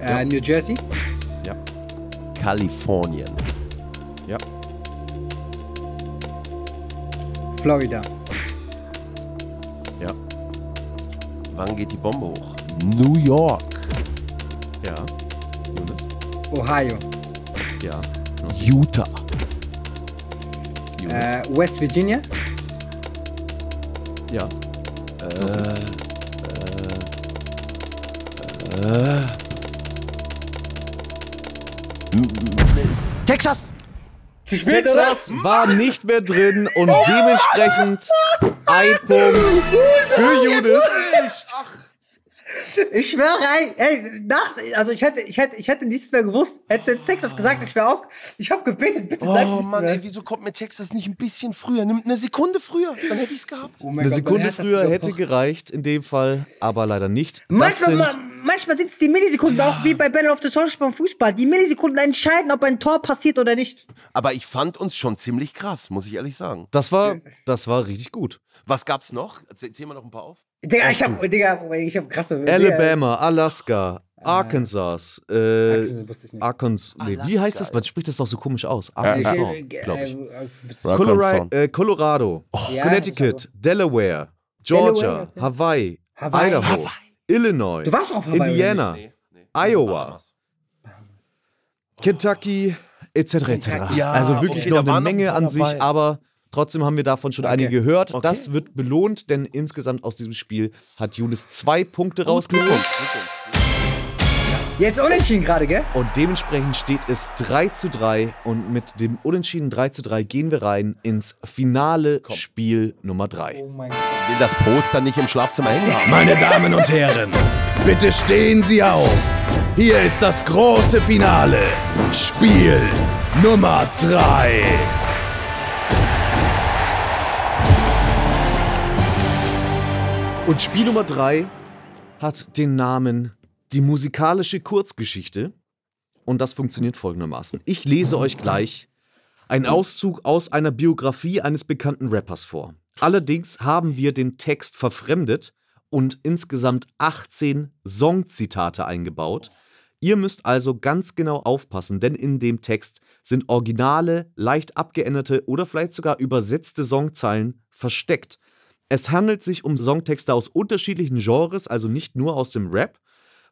[SPEAKER 3] Äh, New Jersey.
[SPEAKER 4] Kalifornien,
[SPEAKER 3] Florida.
[SPEAKER 2] Ja,
[SPEAKER 4] wann geht die Bombe hoch? New York,
[SPEAKER 2] ja. Younes?
[SPEAKER 3] Ohio.
[SPEAKER 2] Ja.
[SPEAKER 4] Utah,
[SPEAKER 2] Younes?
[SPEAKER 4] Äh.
[SPEAKER 3] Äh, West Virginia.
[SPEAKER 2] Ja.
[SPEAKER 4] Texas!
[SPEAKER 3] Zu spät, oder?
[SPEAKER 2] Texas war nicht mehr drin und dementsprechend ein Punkt für Judas.
[SPEAKER 3] Ich schwöre, ey, ey, nach, also ich hätte, ich hätte, ich hätte nichts mehr gewusst. Hättest du jetzt Texas gesagt, ich wäre auf. Ich habe gebetet, bitte sag
[SPEAKER 4] Oh
[SPEAKER 3] nichts
[SPEAKER 4] Mann,
[SPEAKER 3] mehr.
[SPEAKER 4] ey, wieso kommt mir Texas nicht ein bisschen früher? Nimmt eine Sekunde früher, dann hätte ich es gehabt.
[SPEAKER 3] Oh mein
[SPEAKER 2] Eine
[SPEAKER 3] Gott,
[SPEAKER 2] Sekunde
[SPEAKER 3] mein Herz hat
[SPEAKER 2] früher hätte
[SPEAKER 3] zusammengebrochen.
[SPEAKER 2] gereicht, in dem Fall, aber leider nicht. Das
[SPEAKER 3] Manchmal,
[SPEAKER 2] sind,
[SPEAKER 3] ma- manchmal sind es die Millisekunden, auch wie bei Battle of the Soldiers beim Fußball. Die Millisekunden entscheiden, ob ein Tor passiert oder nicht.
[SPEAKER 4] Aber ich fand uns schon ziemlich krass, muss ich ehrlich sagen.
[SPEAKER 2] das war, das war richtig gut.
[SPEAKER 4] Was gab's noch? Zählen wir noch ein paar auf.
[SPEAKER 3] Digga, ich hab, Digga, ich hab krasse.
[SPEAKER 2] Alabama, Alaska, Arkansas, äh,
[SPEAKER 3] Digga, wusste ich nicht.
[SPEAKER 2] Arkansas. Nee, wie
[SPEAKER 4] Alaska,
[SPEAKER 2] heißt das? Man spricht das doch so komisch aus. Arkansas, glaube ich.
[SPEAKER 3] Äh,
[SPEAKER 2] Colorado, äh, Colorado
[SPEAKER 3] Oh. Ja,
[SPEAKER 2] Connecticut, Delaware, Georgia,
[SPEAKER 3] Delaware, okay.
[SPEAKER 2] Hawaii,
[SPEAKER 3] Hawaii.
[SPEAKER 2] Idaho, Illinois,
[SPEAKER 3] Du warst auf Hawaii, oder
[SPEAKER 2] Indiana, Iowa, Kentucky, etc. etc.
[SPEAKER 4] Ja,
[SPEAKER 2] also wirklich
[SPEAKER 4] okay,
[SPEAKER 2] noch
[SPEAKER 4] da
[SPEAKER 2] eine
[SPEAKER 4] waren noch ein
[SPEAKER 2] Menge
[SPEAKER 4] paar
[SPEAKER 2] an sich,
[SPEAKER 4] dabei.
[SPEAKER 2] aber trotzdem haben wir davon schon einige gehört. Das wird belohnt, denn insgesamt aus diesem Spiel hat Junis zwei Punkte rausgeholt.
[SPEAKER 3] Jetzt unentschieden gerade, gell?
[SPEAKER 2] Und dementsprechend steht es 3 zu 3 und mit dem Unentschieden 3 zu 3 gehen wir rein ins finale Spiel Nummer 3.
[SPEAKER 3] Oh mein Gott.
[SPEAKER 4] Will das Poster nicht im Schlafzimmer hängen haben.
[SPEAKER 1] Meine Damen und Herren, bitte stehen Sie auf. Hier ist das große Finale. Spiel Nummer 3.
[SPEAKER 2] Und Spiel Nummer 3 hat den Namen Die musikalische Kurzgeschichte und das funktioniert folgendermaßen. Ich lese euch gleich einen Auszug aus einer Biografie eines bekannten Rappers vor. Allerdings haben wir den Text verfremdet und insgesamt 18 Songzitate eingebaut. Ihr müsst also ganz genau aufpassen, denn in dem Text sind originale, leicht abgeänderte oder vielleicht sogar übersetzte Songzeilen versteckt. Es handelt sich um Songtexte aus unterschiedlichen Genres, also nicht nur aus dem Rap,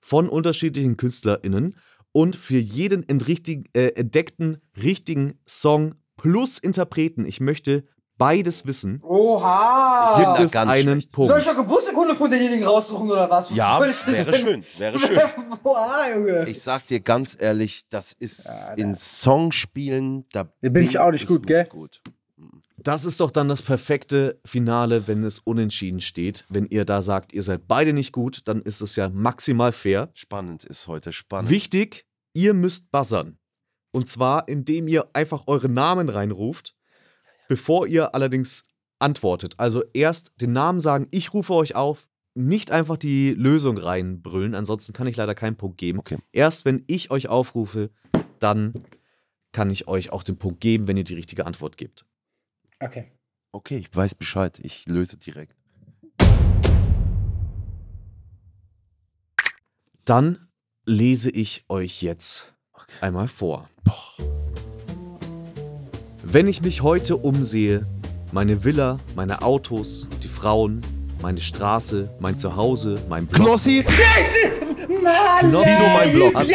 [SPEAKER 2] von unterschiedlichen KünstlerInnen und für jeden entrichtig- äh, entdeckten richtigen Song plus Interpreten, ich möchte beides wissen,
[SPEAKER 3] Oha!
[SPEAKER 2] gibt es
[SPEAKER 4] ganz
[SPEAKER 2] einen
[SPEAKER 3] Soll ich
[SPEAKER 2] Punkt.
[SPEAKER 3] eine Geburtsurkunde von denjenigen raussuchen oder was?
[SPEAKER 4] Ja,
[SPEAKER 3] Soll ich-
[SPEAKER 4] wäre schön, wäre schön.
[SPEAKER 3] Oha, Junge.
[SPEAKER 4] Ich sag dir ganz ehrlich, das ist in Songspielen, da bin,
[SPEAKER 3] ich auch nicht gut, gell?
[SPEAKER 4] gut.
[SPEAKER 2] Das ist doch dann das perfekte Finale, wenn es unentschieden steht. Wenn ihr da sagt, ihr seid beide nicht gut, dann ist es ja maximal fair.
[SPEAKER 4] Spannend ist heute, spannend.
[SPEAKER 2] Wichtig, ihr müsst buzzern. Und zwar, indem ihr einfach euren Namen reinruft, bevor ihr allerdings antwortet. Also erst den Namen sagen, ich rufe euch auf, nicht einfach die Lösung reinbrüllen, ansonsten kann ich leider keinen Punkt geben.
[SPEAKER 4] Okay.
[SPEAKER 2] Erst wenn ich euch aufrufe, dann kann ich euch auch den Punkt geben, wenn ihr die richtige Antwort gebt.
[SPEAKER 3] Okay.
[SPEAKER 4] Okay, ich weiß Bescheid, ich löse direkt.
[SPEAKER 2] Dann lese ich euch jetzt einmal vor. Wenn ich mich heute umsehe, meine Villa, meine Autos, die Frauen, meine Straße, mein Zuhause, mein Blog.
[SPEAKER 4] Knossi,
[SPEAKER 3] Mann,
[SPEAKER 2] Knossi,
[SPEAKER 4] Sido, mein Blog.
[SPEAKER 2] Hat-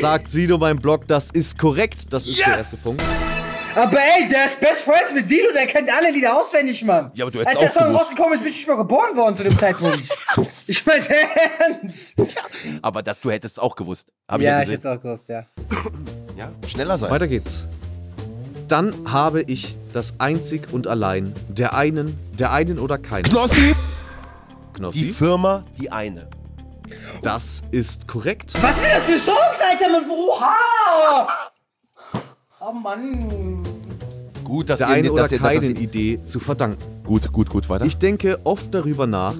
[SPEAKER 2] Sagt Sido mein Blog, das ist korrekt. Das ist der erste Punkt.
[SPEAKER 3] Aber ey, der ist Best Friends mit Sido, der kennt alle Lieder auswendig, Mann.
[SPEAKER 4] Ja, aber du
[SPEAKER 3] Als
[SPEAKER 4] hättest
[SPEAKER 3] der
[SPEAKER 4] auch
[SPEAKER 3] Song
[SPEAKER 4] gewusst.
[SPEAKER 3] rausgekommen ist, bin ich nicht mal geboren worden zu dem Zeitpunkt. ich weiß,
[SPEAKER 4] aber das, du hättest es auch gewusst. Hab
[SPEAKER 3] Ja,
[SPEAKER 4] ich
[SPEAKER 3] ich
[SPEAKER 4] ja
[SPEAKER 3] hätte
[SPEAKER 4] gesehen.
[SPEAKER 3] auch gewusst, ja.
[SPEAKER 4] Ja, schneller sein.
[SPEAKER 2] Weiter geht's. Dann habe ich das einzig und allein der einen, der einen oder keinen
[SPEAKER 4] Knossi, die
[SPEAKER 2] Knossi.
[SPEAKER 4] Firma, die eine.
[SPEAKER 2] Das ist korrekt.
[SPEAKER 3] Was sind das für Songs, Alter? Mann? Oha! Oh Mann.
[SPEAKER 4] Gut, dass
[SPEAKER 2] Der
[SPEAKER 4] ihr,
[SPEAKER 2] einen
[SPEAKER 4] dass
[SPEAKER 2] oder
[SPEAKER 4] ihr, dass
[SPEAKER 2] keinen
[SPEAKER 4] ihr,
[SPEAKER 2] Idee zu verdanken.
[SPEAKER 4] Gut, gut, gut, weiter.
[SPEAKER 2] Ich denke oft darüber nach,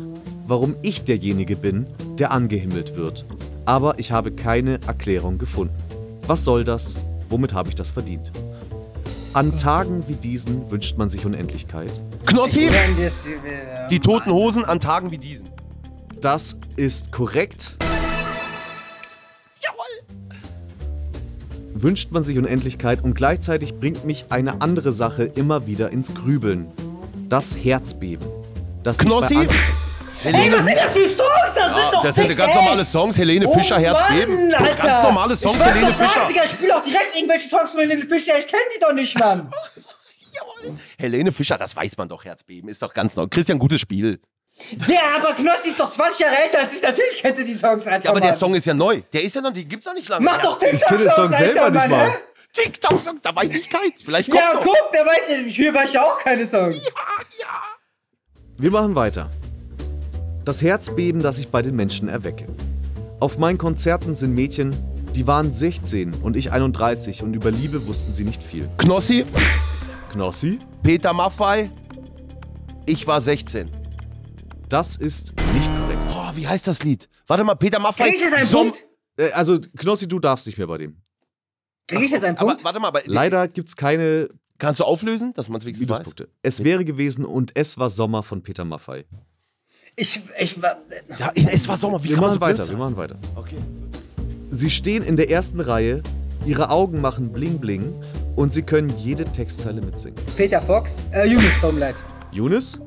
[SPEAKER 2] warum ich derjenige bin, der angehimmelt wird. Aber ich habe keine Erklärung gefunden. Was soll das? Womit habe ich das verdient? An Tagen wie diesen wünscht man sich Unendlichkeit.
[SPEAKER 4] Knossi,
[SPEAKER 3] Wenn das, äh,
[SPEAKER 4] die toten Hosen an Tagen wie diesen.
[SPEAKER 2] Das ist korrekt. Jawohl! Wünscht man sich Unendlichkeit und gleichzeitig bringt mich eine andere Sache immer wieder ins Grübeln. Das Herzbeben. Das ich bei
[SPEAKER 4] Knossi?
[SPEAKER 2] an-
[SPEAKER 3] Ey, was sind das für Songs? Das sind doch
[SPEAKER 4] Das sind
[SPEAKER 3] Dick,
[SPEAKER 4] ganz
[SPEAKER 3] ey.
[SPEAKER 4] normale Songs, Helene
[SPEAKER 3] Oh
[SPEAKER 4] Fischer, Herzbeben.
[SPEAKER 3] Mann, Alter.
[SPEAKER 4] Ganz normale Songs,
[SPEAKER 3] ich wollte
[SPEAKER 4] Helene
[SPEAKER 3] doch sagen,
[SPEAKER 4] Fischer.
[SPEAKER 3] Digga, ich spiele auch direkt irgendwelche Songs von Helene Fischer. Ich kenne die doch nicht, Mann.
[SPEAKER 4] Helene Fischer, das weiß man doch, Herzbeben, ist doch ganz neu. Christian, gutes Spiel.
[SPEAKER 3] Ja, aber Knossi ist doch 20 Jahre älter als ich. Natürlich kennt ihr die Songs, Alter.
[SPEAKER 4] Ja, aber der
[SPEAKER 3] Mann.
[SPEAKER 4] Song ist ja neu. Der ist ja noch, den gibt's noch nicht lange.
[SPEAKER 3] Mach doch den
[SPEAKER 2] Ich kenne den Song
[SPEAKER 3] Alter,
[SPEAKER 2] selber nicht
[SPEAKER 3] Mann,
[SPEAKER 2] mal.
[SPEAKER 3] hä?
[SPEAKER 4] TikTok-Songs, da weiß ich keins. Vielleicht kommt
[SPEAKER 3] Ja,
[SPEAKER 4] noch. Ah,
[SPEAKER 3] guck, der weiß ja, hier weiß ja auch keine Songs.
[SPEAKER 2] Wir machen weiter. Das Herzbeben, das ich bei den Menschen erwecke. Auf meinen Konzerten sind Mädchen, die waren 16 und ich 31 und über Liebe wussten sie nicht viel.
[SPEAKER 4] Knossi,
[SPEAKER 2] Knossi?
[SPEAKER 4] Peter Maffei, ich war 16.
[SPEAKER 2] Das ist nicht korrekt.
[SPEAKER 4] Boah, Oh, wie heißt das Lied? Warte mal, Peter Maffei.
[SPEAKER 3] Krieg ich jetzt einen
[SPEAKER 4] Summ-
[SPEAKER 3] Punkt?
[SPEAKER 2] Äh, also, Knossi, du darfst nicht mehr bei dem.
[SPEAKER 3] Krieg ich jetzt einen
[SPEAKER 4] Aber
[SPEAKER 3] Punkt?
[SPEAKER 4] warte mal, aber,
[SPEAKER 2] Leider gibt's keine
[SPEAKER 4] kannst du auflösen, dass man es wenigstens weiß?
[SPEAKER 2] Minuspunkte. Es wäre gewesen und es war Sommer von Peter Maffei.
[SPEAKER 3] Ich, ich war.
[SPEAKER 4] Ja, es war Sommer, wie
[SPEAKER 2] Wir
[SPEAKER 4] kann man
[SPEAKER 2] machen
[SPEAKER 4] so blöd
[SPEAKER 2] weiter, wir
[SPEAKER 4] sein?
[SPEAKER 2] machen weiter.
[SPEAKER 4] Okay.
[SPEAKER 2] Sie stehen in der ersten Reihe, ihre Augen machen bling bling und sie können jede Textzeile mitsingen.
[SPEAKER 3] Peter Fox? Äh, Yunus, tut mir leid.
[SPEAKER 2] Younes?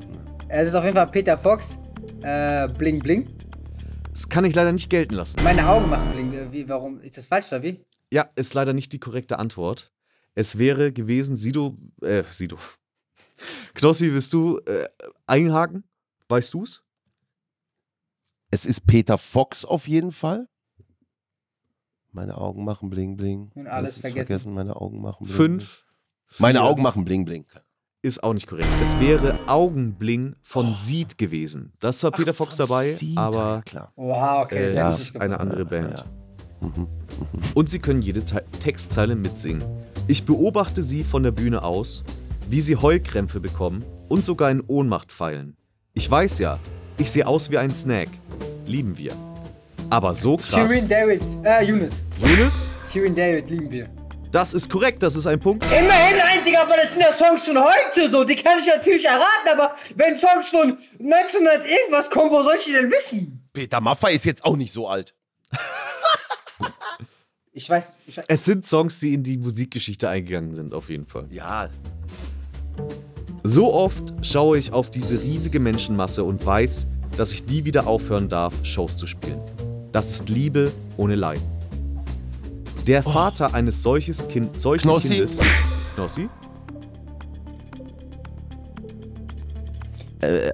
[SPEAKER 3] Es ist auf jeden Fall Peter Fox. Äh, bling, bling.
[SPEAKER 2] Das kann ich leider nicht gelten lassen.
[SPEAKER 3] Meine Augen machen bling. Äh, Wie, warum? Ist das falsch oder wie?
[SPEAKER 2] Ja, ist leider nicht die korrekte Antwort. Es wäre gewesen, Sido, äh, Sido. Knossi, willst du äh, einhaken? Weißt du's?
[SPEAKER 4] Es ist Peter Fox auf jeden Fall. Meine Augen machen bling bling.
[SPEAKER 3] Und alles
[SPEAKER 4] ist
[SPEAKER 3] vergessen.
[SPEAKER 4] Meine Augen machen bling.
[SPEAKER 2] Fünf.
[SPEAKER 4] Bling. Meine
[SPEAKER 2] vier.
[SPEAKER 4] Augen machen bling bling.
[SPEAKER 2] Ist auch nicht korrekt. Es wäre Augenbling von Seed gewesen. Das war Peter Fox dabei,
[SPEAKER 4] Sieht, ja,
[SPEAKER 2] aber
[SPEAKER 4] klar.
[SPEAKER 3] Wow, okay.
[SPEAKER 2] äh, das
[SPEAKER 3] das hätte ich nicht
[SPEAKER 2] ist
[SPEAKER 3] gewusst.
[SPEAKER 2] eine andere Band. Mhm. Und sie können jede Te Textzeile mitsingen. Ich beobachte sie von der Bühne aus, wie sie Heulkrämpfe bekommen und sogar in Ohnmacht fallen. Ich weiß ja, ich sehe aus wie ein Snack. Lieben wir. Aber so krass.
[SPEAKER 3] Shirin David. Äh, Yunus.
[SPEAKER 2] Younes,
[SPEAKER 3] Shirin David lieben wir.
[SPEAKER 2] das ist korrekt, das ist ein Punkt.
[SPEAKER 3] Immerhin ein, Digga, aber das sind ja Songs von heute so. Die kann ich natürlich erraten, aber wenn Songs von 1900 irgendwas kommen, wo soll ich die denn wissen?
[SPEAKER 4] Peter Maffay ist jetzt auch nicht so alt.
[SPEAKER 3] Ich weiß. Ich weiß.
[SPEAKER 2] Es sind Songs, die in die Musikgeschichte eingegangen sind, auf jeden Fall.
[SPEAKER 4] Ja.
[SPEAKER 2] So oft schaue ich auf diese riesige Menschenmasse und weiß, dass ich die wieder aufhören darf, Shows zu spielen. Das ist Liebe ohne Leid. Der Vater eines solches kind, solchen
[SPEAKER 4] Oh. Knossi.
[SPEAKER 2] Kindes. Knossi?
[SPEAKER 4] äh,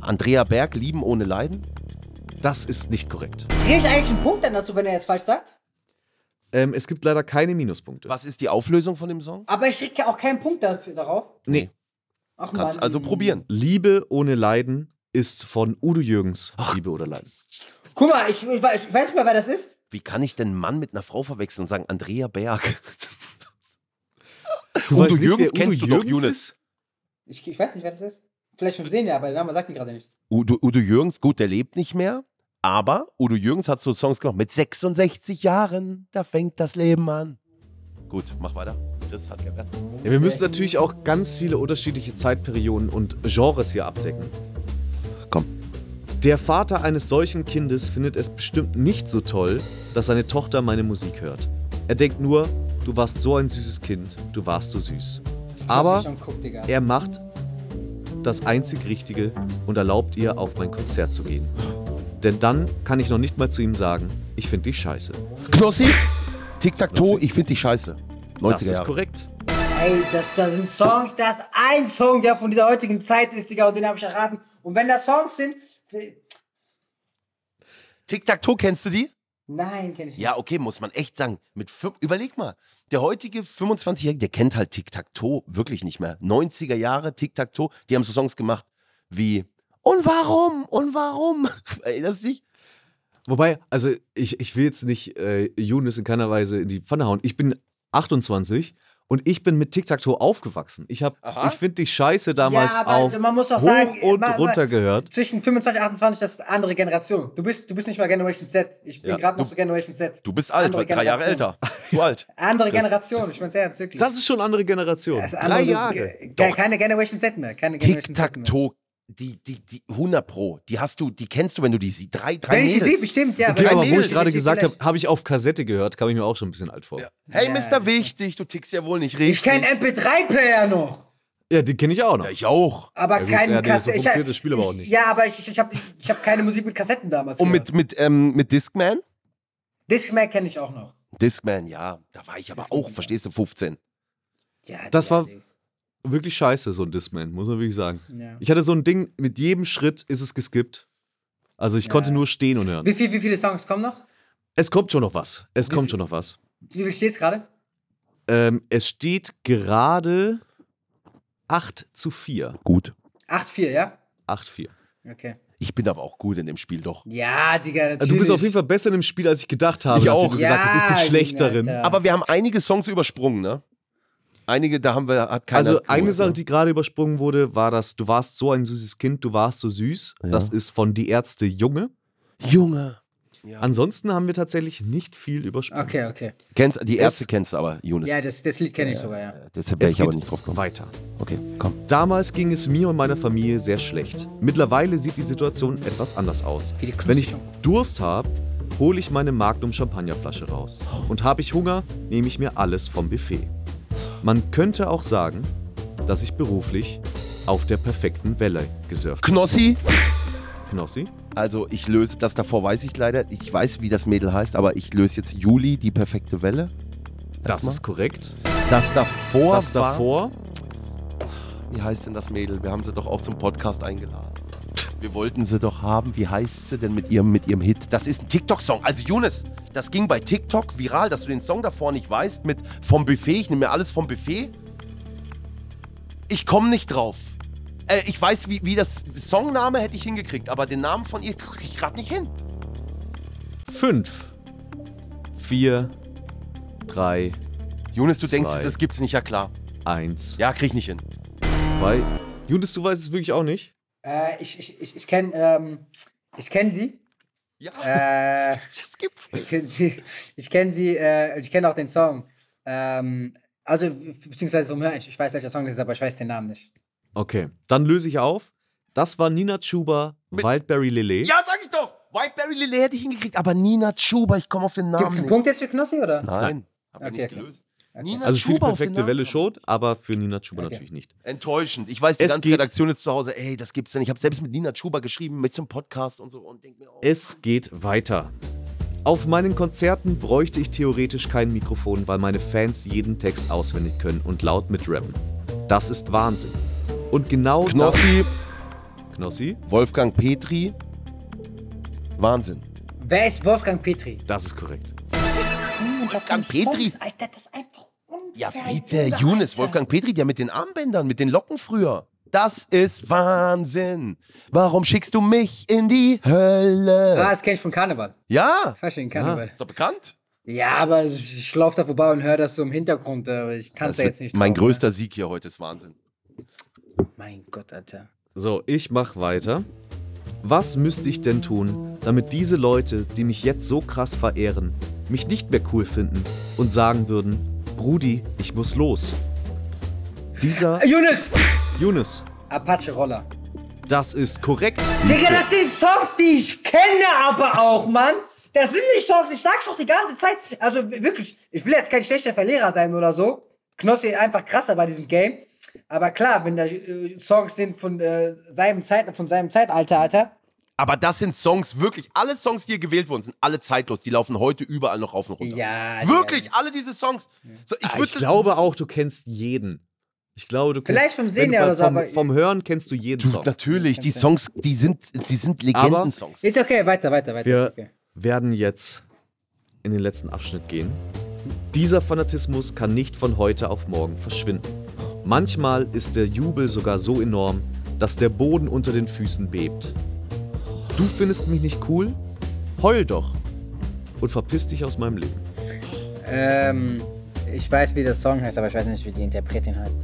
[SPEAKER 4] Andrea Berg, Lieben ohne Leiden.
[SPEAKER 2] Das ist nicht korrekt.
[SPEAKER 3] Krieg ich eigentlich einen Punkt dann dazu, wenn er jetzt falsch sagt?
[SPEAKER 2] Ähm, es gibt leider keine Minuspunkte.
[SPEAKER 4] Was ist die Auflösung von dem Song?
[SPEAKER 3] Aber ich krieg ja auch keinen Punkt dafür, darauf.
[SPEAKER 2] Nee.
[SPEAKER 3] Ach
[SPEAKER 4] Kannst
[SPEAKER 3] Mann.
[SPEAKER 4] also probieren.
[SPEAKER 2] Liebe ohne Leiden ist von Udo Jürgens. Liebe oder Leiden.
[SPEAKER 3] Guck mal, ich, ich, weiß- ich weiß nicht mehr, wer das ist.
[SPEAKER 4] Wie kann ich denn einen Mann mit einer Frau verwechseln und sagen Andrea Berg?
[SPEAKER 2] Du
[SPEAKER 4] Udo
[SPEAKER 2] weißt nicht, wer
[SPEAKER 4] Jürgens kennst du doch, Younes.
[SPEAKER 2] ist?
[SPEAKER 3] Ich, ich weiß nicht, wer das ist. Vielleicht schon sehen, ja, aber der Name sagt mir gerade nichts.
[SPEAKER 4] Udo, Udo Jürgens, gut, der lebt nicht mehr. Aber Udo Jürgens hat so Songs gemacht. Mit 66 Jahren, da fängt das Leben an. Gut, mach weiter. Chris hat gewährt.
[SPEAKER 2] Ja, wir müssen natürlich auch ganz viele unterschiedliche Zeitperioden und Genres hier abdecken.
[SPEAKER 4] Komm.
[SPEAKER 2] Der Vater eines solchen Kindes findet es bestimmt nicht so toll, dass seine Tochter meine Musik hört. Er denkt nur, du warst so ein süßes Kind, du warst so süß.
[SPEAKER 3] Lass mich
[SPEAKER 2] Aber
[SPEAKER 3] Schon gucken, Digga.
[SPEAKER 2] er macht das einzig Richtige und erlaubt ihr, auf mein Konzert zu gehen. Denn dann kann ich noch nicht mal zu ihm sagen, ich finde dich scheiße.
[SPEAKER 4] Knossi, Tic-Tac-Toe,
[SPEAKER 2] Knossi.
[SPEAKER 4] ich find dich scheiße. 90er
[SPEAKER 2] Das ist
[SPEAKER 4] Jahre.
[SPEAKER 2] korrekt.
[SPEAKER 3] Ey, das, das sind Songs, das ist ein Song, der von dieser heutigen Zeit ist, Digga, und den habe ich erraten. Und wenn da Songs sind. f-
[SPEAKER 4] Tic-Tac-Toe, kennst du die?
[SPEAKER 3] Nein, kenn ich nicht.
[SPEAKER 4] Ja, okay, muss man echt sagen. Mit fün- Überleg mal, der heutige 25-Jährige, der kennt halt Tic-Tac-Toe wirklich nicht mehr. 90er Jahre, Tic-Tac-Toe, die haben so Songs gemacht wie Und warum? Und warum? Erinnerst du dich?
[SPEAKER 2] Wobei, also ich, ich will jetzt nicht äh, Younes in keiner Weise in die Pfanne hauen. Ich bin 28 und ich bin mit Tic-Tac-Toe aufgewachsen. Ich habe,
[SPEAKER 4] Aha.
[SPEAKER 2] ich finde dich scheiße damals
[SPEAKER 3] Ja, aber
[SPEAKER 2] auf
[SPEAKER 3] man muss doch
[SPEAKER 2] hoch
[SPEAKER 3] sagen,
[SPEAKER 2] und
[SPEAKER 3] man- man-
[SPEAKER 2] runter gehört.
[SPEAKER 3] Zwischen 25 und 28, das ist eine andere Generation. Du bist, du bist nicht mal Generation Z. Ich bin
[SPEAKER 4] Ja,
[SPEAKER 3] gerade noch
[SPEAKER 4] du-
[SPEAKER 3] zu Generation Z.
[SPEAKER 4] Du bist alt,
[SPEAKER 3] Andere
[SPEAKER 4] drei Jahre
[SPEAKER 3] Generation.
[SPEAKER 4] älter. Zu alt.
[SPEAKER 3] Andere Generation, ich meine ernst, wirklich.
[SPEAKER 2] Das ist schon andere Generation.
[SPEAKER 3] Das ist
[SPEAKER 2] Drei
[SPEAKER 3] andere-
[SPEAKER 2] Jahre.
[SPEAKER 3] ge- ge-
[SPEAKER 4] Doch.
[SPEAKER 3] Keine Generation Z mehr. Keine Generation Z mehr.
[SPEAKER 4] Tic-Tac-Toe, die, die, die 100 Pro, die hast du, die kennst du, wenn du die siehst. Drei, drei
[SPEAKER 3] Wenn ich sie
[SPEAKER 4] Mädels.
[SPEAKER 3] sehe, bestimmt, ja.
[SPEAKER 2] Okay,
[SPEAKER 4] Drei
[SPEAKER 2] aber wo
[SPEAKER 4] Mädels,
[SPEAKER 2] ich gerade
[SPEAKER 3] definitiv
[SPEAKER 2] gesagt habe,
[SPEAKER 3] vielleicht.
[SPEAKER 2] habe ich auf Kassette gehört, kam ich mir auch schon ein bisschen alt vor. Ja,
[SPEAKER 4] Hey,
[SPEAKER 3] Ja.
[SPEAKER 4] Mr. Wichtig, du tickst ja wohl nicht
[SPEAKER 3] Ich
[SPEAKER 4] richtig.
[SPEAKER 3] kenne MP3-Player noch.
[SPEAKER 2] die kenne ich auch noch.
[SPEAKER 4] ja, ich auch.
[SPEAKER 3] Aber
[SPEAKER 2] Ja, gut,
[SPEAKER 3] keinen
[SPEAKER 2] ja, nee, so
[SPEAKER 3] Kassetten.
[SPEAKER 2] funktioniert das Spiel aber auch nicht.
[SPEAKER 3] Ja, aber ich, ich, ich habe ich hab keine Musik mit Kassetten damals.
[SPEAKER 4] Und
[SPEAKER 3] gehört.
[SPEAKER 4] mit, mit, ähm, mit Discman?
[SPEAKER 3] Discman kenne ich auch noch.
[SPEAKER 4] Discman, ja. Da war ich aber auch, verstehst du, 15.
[SPEAKER 3] Ja,
[SPEAKER 2] Das
[SPEAKER 3] Digga,
[SPEAKER 2] war-
[SPEAKER 3] Digga.
[SPEAKER 2] wirklich scheiße, so ein Discman, muss man wirklich sagen.
[SPEAKER 3] Ja.
[SPEAKER 2] Ich hatte so ein Ding, mit jedem Schritt ist es geskippt. Also ich konnte nur stehen und hören.
[SPEAKER 3] Wie, viel, wie viele Songs kommen noch?
[SPEAKER 2] Es kommt schon noch was. Es kommt schon noch was.
[SPEAKER 3] Wie viel steht's gerade?
[SPEAKER 2] Ähm, es steht gerade 8 zu 4.
[SPEAKER 4] Gut.
[SPEAKER 3] 8-4, ja?
[SPEAKER 2] 8 4.
[SPEAKER 3] Okay.
[SPEAKER 4] Ich bin aber auch gut in dem Spiel doch.
[SPEAKER 3] Ja, Digga, natürlich.
[SPEAKER 2] Du bist auf jeden Fall besser in dem Spiel, als ich gedacht habe.
[SPEAKER 4] Ich
[SPEAKER 2] nachdem
[SPEAKER 4] auch.
[SPEAKER 2] Du gesagt, hast, ich bin
[SPEAKER 3] Ja,
[SPEAKER 2] schlecht darin.
[SPEAKER 3] Alter.
[SPEAKER 4] Aber wir haben einige Songs übersprungen, ne? Einige, da haben wir, hat keiner.
[SPEAKER 2] Also eine
[SPEAKER 4] gewusst,
[SPEAKER 2] Sache,
[SPEAKER 4] ne?
[SPEAKER 2] die gerade übersprungen wurde, war das, du warst so ein süßes Kind, du warst so süß. Das ist von Die Ärzte Junge.
[SPEAKER 4] Junge.
[SPEAKER 2] Ansonsten haben wir tatsächlich nicht viel übersprungen.
[SPEAKER 3] Okay, okay.
[SPEAKER 4] Kennst, die erste
[SPEAKER 2] Es-
[SPEAKER 4] kennst du aber, Jonas.
[SPEAKER 3] Ja, das, das Lied kenne ich sogar, ja.
[SPEAKER 4] Deshalb wäre
[SPEAKER 2] Es
[SPEAKER 4] ich aber
[SPEAKER 2] geht
[SPEAKER 4] nicht drauf gekommen.
[SPEAKER 2] Weiter.
[SPEAKER 4] Okay, komm.
[SPEAKER 2] Damals ging es mir und meiner Familie sehr schlecht. Mittlerweile sieht die Situation etwas anders aus.
[SPEAKER 3] Wie die Knospen.
[SPEAKER 2] Wenn ich Durst habe, hole ich meine Magnum Champagnerflasche raus. Und habe ich Hunger, nehme ich mir alles vom Buffet. Man könnte auch sagen, dass ich beruflich auf der perfekten Welle gesurft
[SPEAKER 4] Knossi.
[SPEAKER 2] habe. Knossi?
[SPEAKER 4] Also ich löse, das davor weiß ich leider. Ich weiß, wie das Mädel heißt, aber ich löse jetzt Juli, die perfekte Welle.
[SPEAKER 2] Das
[SPEAKER 4] Erstmal.
[SPEAKER 2] ist korrekt.
[SPEAKER 4] Das davor
[SPEAKER 2] Das
[SPEAKER 4] Oh, war-
[SPEAKER 2] davor.
[SPEAKER 4] Wie heißt denn das Mädel? Wir haben sie doch auch zum Podcast eingeladen. Wir wollten sie doch haben. Wie heißt sie denn mit ihrem, mit ihrem Hit? Das ist ein TikTok-Song. Also, Younes, das ging bei TikTok viral, dass du den Song davor nicht weißt mit Vom Buffet. Ich nehme mir alles vom Buffet. Ich komme nicht drauf. Äh, ich weiß, wie, wie das Songname hätte ich hingekriegt, aber den Namen von ihr kriege ich gerade nicht hin.
[SPEAKER 2] 5, 4, 3,
[SPEAKER 4] Younes, du denkst,
[SPEAKER 2] Zwei.
[SPEAKER 4] das gibt's nicht. Ja, klar.
[SPEAKER 2] 1,
[SPEAKER 4] Ja, krieg ich nicht hin.
[SPEAKER 2] 2. Judas, du weißt es wirklich auch nicht?
[SPEAKER 3] Äh, ich ich, ich, ich kenne ähm, ich kenn sie.
[SPEAKER 4] Ja,
[SPEAKER 3] Äh,
[SPEAKER 4] das gibt's nicht.
[SPEAKER 3] ich kenne sie. Ich kenne sie. Äh, ich kenne auch den Song. Ähm, also, beziehungsweise vom Hören. Ich, ich weiß, welcher Song das ist, aber ich weiß den Namen nicht.
[SPEAKER 2] Okay, dann löse ich auf. Das war Nina Chuba, Wildberry Lillet.
[SPEAKER 4] Ja, sag ich doch. Whiteberry Lillet hätte ich hingekriegt, aber Nina Schuber, ich komme auf den
[SPEAKER 3] Gibt es
[SPEAKER 4] Namen
[SPEAKER 3] einen
[SPEAKER 4] nicht.
[SPEAKER 3] Punkt jetzt für Knossi, oder?
[SPEAKER 4] Nein. Hab ich
[SPEAKER 3] Okay,
[SPEAKER 4] nicht
[SPEAKER 3] klar.
[SPEAKER 4] gelöst.
[SPEAKER 3] Okay.
[SPEAKER 4] Nina
[SPEAKER 2] Also für die
[SPEAKER 4] Schuber auf den
[SPEAKER 2] perfekte
[SPEAKER 4] Namen
[SPEAKER 2] Welle
[SPEAKER 4] kam
[SPEAKER 2] schon,
[SPEAKER 4] ich.
[SPEAKER 2] aber für Nina Chuba
[SPEAKER 3] Okay.
[SPEAKER 2] natürlich nicht.
[SPEAKER 4] Enttäuschend. Ich weiß, die
[SPEAKER 2] Es
[SPEAKER 4] ganze
[SPEAKER 2] geht-
[SPEAKER 4] Redaktion jetzt zu Hause, ey, das gibt's denn. Ich habe selbst mit Nina Schuber geschrieben, mit zum Podcast und so und denk mir, oh.
[SPEAKER 2] Es geht weiter. Auf meinen Konzerten bräuchte ich theoretisch kein Mikrofon, weil meine Fans jeden Text auswendig können und laut mitrappen. Das ist Wahnsinn. Und genau
[SPEAKER 4] Knossi,
[SPEAKER 2] das... Knossi?
[SPEAKER 4] Wolfgang Petri. Wahnsinn.
[SPEAKER 3] Wer ist Wolfgang Petri?
[SPEAKER 2] Das ist korrekt.
[SPEAKER 4] Wolfgang Petri.
[SPEAKER 3] Alter, das ist einfach unfair.
[SPEAKER 4] Ja, bitte, Younes, Wolfgang Petri, der mit den Armbändern, mit den Locken früher. Das ist Wahnsinn. Warum schickst du mich in die Hölle?
[SPEAKER 3] Ah, das kenne ich von Karneval.
[SPEAKER 4] Ja,
[SPEAKER 3] Fasching, Karneval.
[SPEAKER 4] ist doch bekannt.
[SPEAKER 3] Ja, aber ich, ich laufe da vorbei und höre das so im Hintergrund. Aber ich kann es
[SPEAKER 4] Das
[SPEAKER 3] da
[SPEAKER 4] wird
[SPEAKER 3] jetzt nicht.
[SPEAKER 4] mein
[SPEAKER 3] drauf,
[SPEAKER 4] größter Sieg hier heute ist Wahnsinn.
[SPEAKER 3] Ne? Mein Gott, Alter.
[SPEAKER 2] So, ich mach weiter. Was müsste ich denn tun, damit diese Leute, die mich jetzt so krass verehren, mich nicht mehr cool finden und sagen würden, Brudi, ich muss los. Dieser
[SPEAKER 3] Äh, Younes!
[SPEAKER 2] Younes,
[SPEAKER 3] Apache Roller.
[SPEAKER 2] das ist korrekt.
[SPEAKER 3] Digga, das sind Songs, die ich kenne, aber auch, Mann. Das sind nicht Songs, ich sag's doch die ganze Zeit. Also wirklich, ich will jetzt kein schlechter Verlierer sein oder so. Knossi ist einfach krasser bei diesem Game. Aber klar, wenn da äh, Songs sind von, äh, seinem Zeit, von seinem Zeitalter, Alter.
[SPEAKER 4] Aber das sind Songs, wirklich, alle Songs, die hier gewählt wurden, sind alle zeitlos. Die laufen heute überall noch rauf und runter.
[SPEAKER 3] Ja, Ah, Digga.
[SPEAKER 4] Wirklich, alle diese Songs. So, ich,
[SPEAKER 2] Ich
[SPEAKER 4] wüsste-
[SPEAKER 2] glaube auch, du kennst jeden. Ich glaube, du kennst
[SPEAKER 3] Vielleicht vom Sehen
[SPEAKER 2] wenn du
[SPEAKER 3] her
[SPEAKER 2] mal
[SPEAKER 3] oder so,
[SPEAKER 2] Vom,
[SPEAKER 3] aber-
[SPEAKER 2] vom Hören kennst du jeden
[SPEAKER 4] Du,
[SPEAKER 2] Song.
[SPEAKER 4] natürlich, die Songs, die sind, die sind Legenden-Songs.
[SPEAKER 3] Ist okay, weiter, weiter, weiter.
[SPEAKER 2] Wir
[SPEAKER 3] Ist okay.
[SPEAKER 2] werden jetzt in den letzten Abschnitt gehen. Dieser Fanatismus kann nicht von heute auf morgen verschwinden. Manchmal ist der Jubel sogar so enorm, dass der Boden unter den Füßen bebt. Du findest mich nicht cool? Heul doch und verpiss dich aus meinem Leben.
[SPEAKER 3] Ähm, ich weiß, wie der Song heißt, aber ich weiß nicht, wie die Interpretin heißt.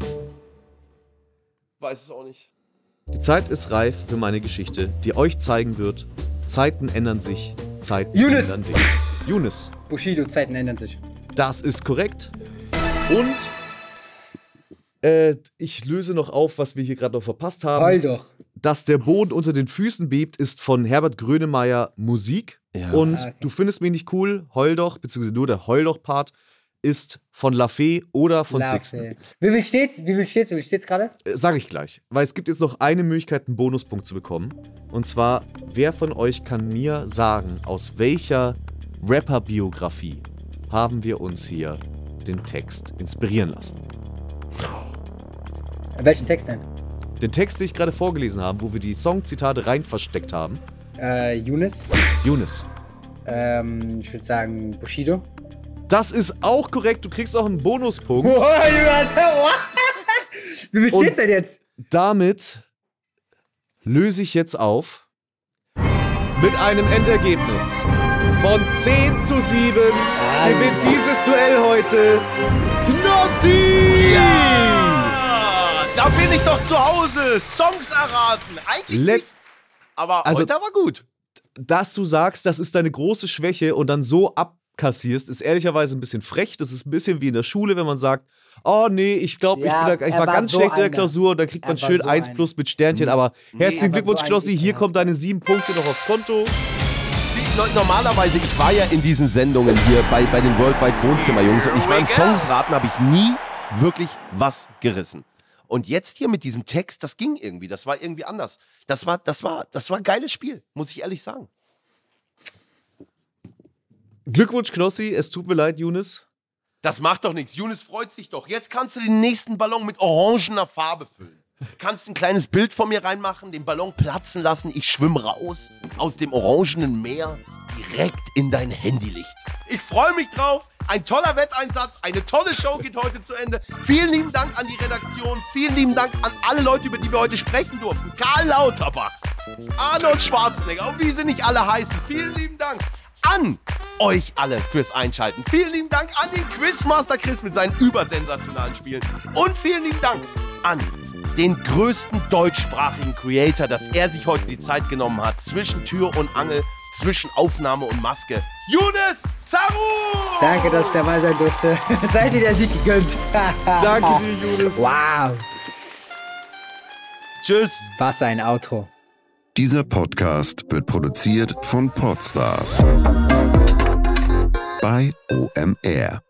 [SPEAKER 4] Weiß es auch nicht.
[SPEAKER 2] Die Zeit ist reif für meine Geschichte, die euch zeigen wird, Zeiten ändern sich, Zeiten
[SPEAKER 3] Younes!
[SPEAKER 2] ändern dich. Younes,
[SPEAKER 3] Bushido, Zeiten ändern sich.
[SPEAKER 2] das ist korrekt. Und äh, ich löse noch auf, was wir hier gerade noch verpasst haben.
[SPEAKER 3] Heul doch.
[SPEAKER 2] Dass der Boden unter den Füßen bebt, ist von Herbert Grönemeyer Musik.
[SPEAKER 4] Ja.
[SPEAKER 2] Und
[SPEAKER 3] Ah, okay.
[SPEAKER 2] Du findest mich nicht cool, heul doch, beziehungsweise nur der heul doch Part ist von Lafay oder von
[SPEAKER 3] Love,
[SPEAKER 2] Sixten.
[SPEAKER 3] ey. Wie viel steht's? Wie viel steht's? Wie viel steht's gerade?
[SPEAKER 2] Äh, Sag ich gleich, weil es gibt jetzt noch eine Möglichkeit, einen Bonuspunkt zu bekommen. Und zwar, wer von euch kann mir sagen, aus welcher Rapper-Biografie haben wir uns hier den Text inspirieren lassen?
[SPEAKER 3] Welchen Text denn?
[SPEAKER 2] Den Text, den ich gerade vorgelesen habe, wo wir die Songzitate rein versteckt haben.
[SPEAKER 3] Äh, Yunus.
[SPEAKER 2] Yunus.
[SPEAKER 3] Ähm, ich würde sagen Bushido.
[SPEAKER 2] Das ist auch korrekt. Du kriegst auch einen Bonuspunkt.
[SPEAKER 3] Oh, Alter, what? Wie viel steht's
[SPEAKER 2] Und-
[SPEAKER 3] denn jetzt?
[SPEAKER 2] Damit löse ich jetzt auf mit einem Endergebnis von 10 zu 7. Gewinnt dieses Duell heute Knossi!
[SPEAKER 4] Ah, da bin ich doch zu Hause. Songs erraten. Eigentlich
[SPEAKER 2] Letz-
[SPEAKER 4] nicht. Aber
[SPEAKER 2] Also-
[SPEAKER 4] heute war gut.
[SPEAKER 2] dass du sagst, das ist deine große Schwäche und dann so abkassierst, ist ehrlicherweise ein bisschen frech. Das ist ein bisschen wie in der Schule, wenn man sagt, oh nee, ich glaube,
[SPEAKER 3] Ja,
[SPEAKER 2] ich, bin da, ich
[SPEAKER 3] er
[SPEAKER 2] war
[SPEAKER 3] war
[SPEAKER 2] ganz
[SPEAKER 3] so
[SPEAKER 2] schlecht in der
[SPEAKER 3] einer.
[SPEAKER 2] Klausur und dann kriegt
[SPEAKER 3] Er
[SPEAKER 2] man
[SPEAKER 3] war
[SPEAKER 2] schön
[SPEAKER 3] so
[SPEAKER 2] 1
[SPEAKER 3] einer.
[SPEAKER 2] plus mit Sternchen, aber
[SPEAKER 3] er
[SPEAKER 2] herzlichen
[SPEAKER 3] war
[SPEAKER 2] Glückwunsch,
[SPEAKER 3] so ein
[SPEAKER 2] Knossi, hier
[SPEAKER 3] ekelhafter.
[SPEAKER 2] kommen deine sieben Punkte noch aufs Konto.
[SPEAKER 4] Die Leute, Normalerweise, ich war ja in diesen Sendungen hier bei, bei den Worldwide Wohnzimmerjungs und ich war im Songs raten, habe ich nie wirklich was gerissen. Und jetzt hier mit diesem Text, das ging irgendwie, das war irgendwie anders. Das war, das war, das war ein geiles Spiel, muss ich ehrlich sagen.
[SPEAKER 2] Glückwunsch, Knossi, es tut mir leid, Younes.
[SPEAKER 4] Das macht doch nichts. Younes freut sich doch. Jetzt kannst du den nächsten Ballon mit orangener Farbe füllen. Kannst ein kleines Bild von mir reinmachen, den Ballon platzen lassen. Ich schwimme raus aus dem orangenen Meer direkt in dein Handylicht. Ich freue mich drauf. Ein toller Wetteinsatz, eine tolle Show geht heute zu Ende. Vielen lieben Dank an die Redaktion. Vielen lieben Dank an alle Leute, über die wir heute sprechen durften. Karl Lauterbach, Arnold Schwarzenegger und wie sie nicht alle heißen. Vielen lieben Dank an euch alle fürs Einschalten. Vielen lieben Dank an den Quizmaster Chris mit seinen übersensationalen Spielen. Und vielen lieben Dank an den größten deutschsprachigen Creator, dass er sich heute die Zeit genommen hat, zwischen Tür und Angel, zwischen Aufnahme und Maske. Younes Zaru!
[SPEAKER 3] Danke, dass ich dabei sein durfte. Seid ihr der Sieg gegönnt.
[SPEAKER 2] Danke dir, Younes.
[SPEAKER 3] Wow.
[SPEAKER 4] Tschüss!
[SPEAKER 3] Was ein Outro.
[SPEAKER 10] Dieser Podcast wird produziert von Podstars bei OMR.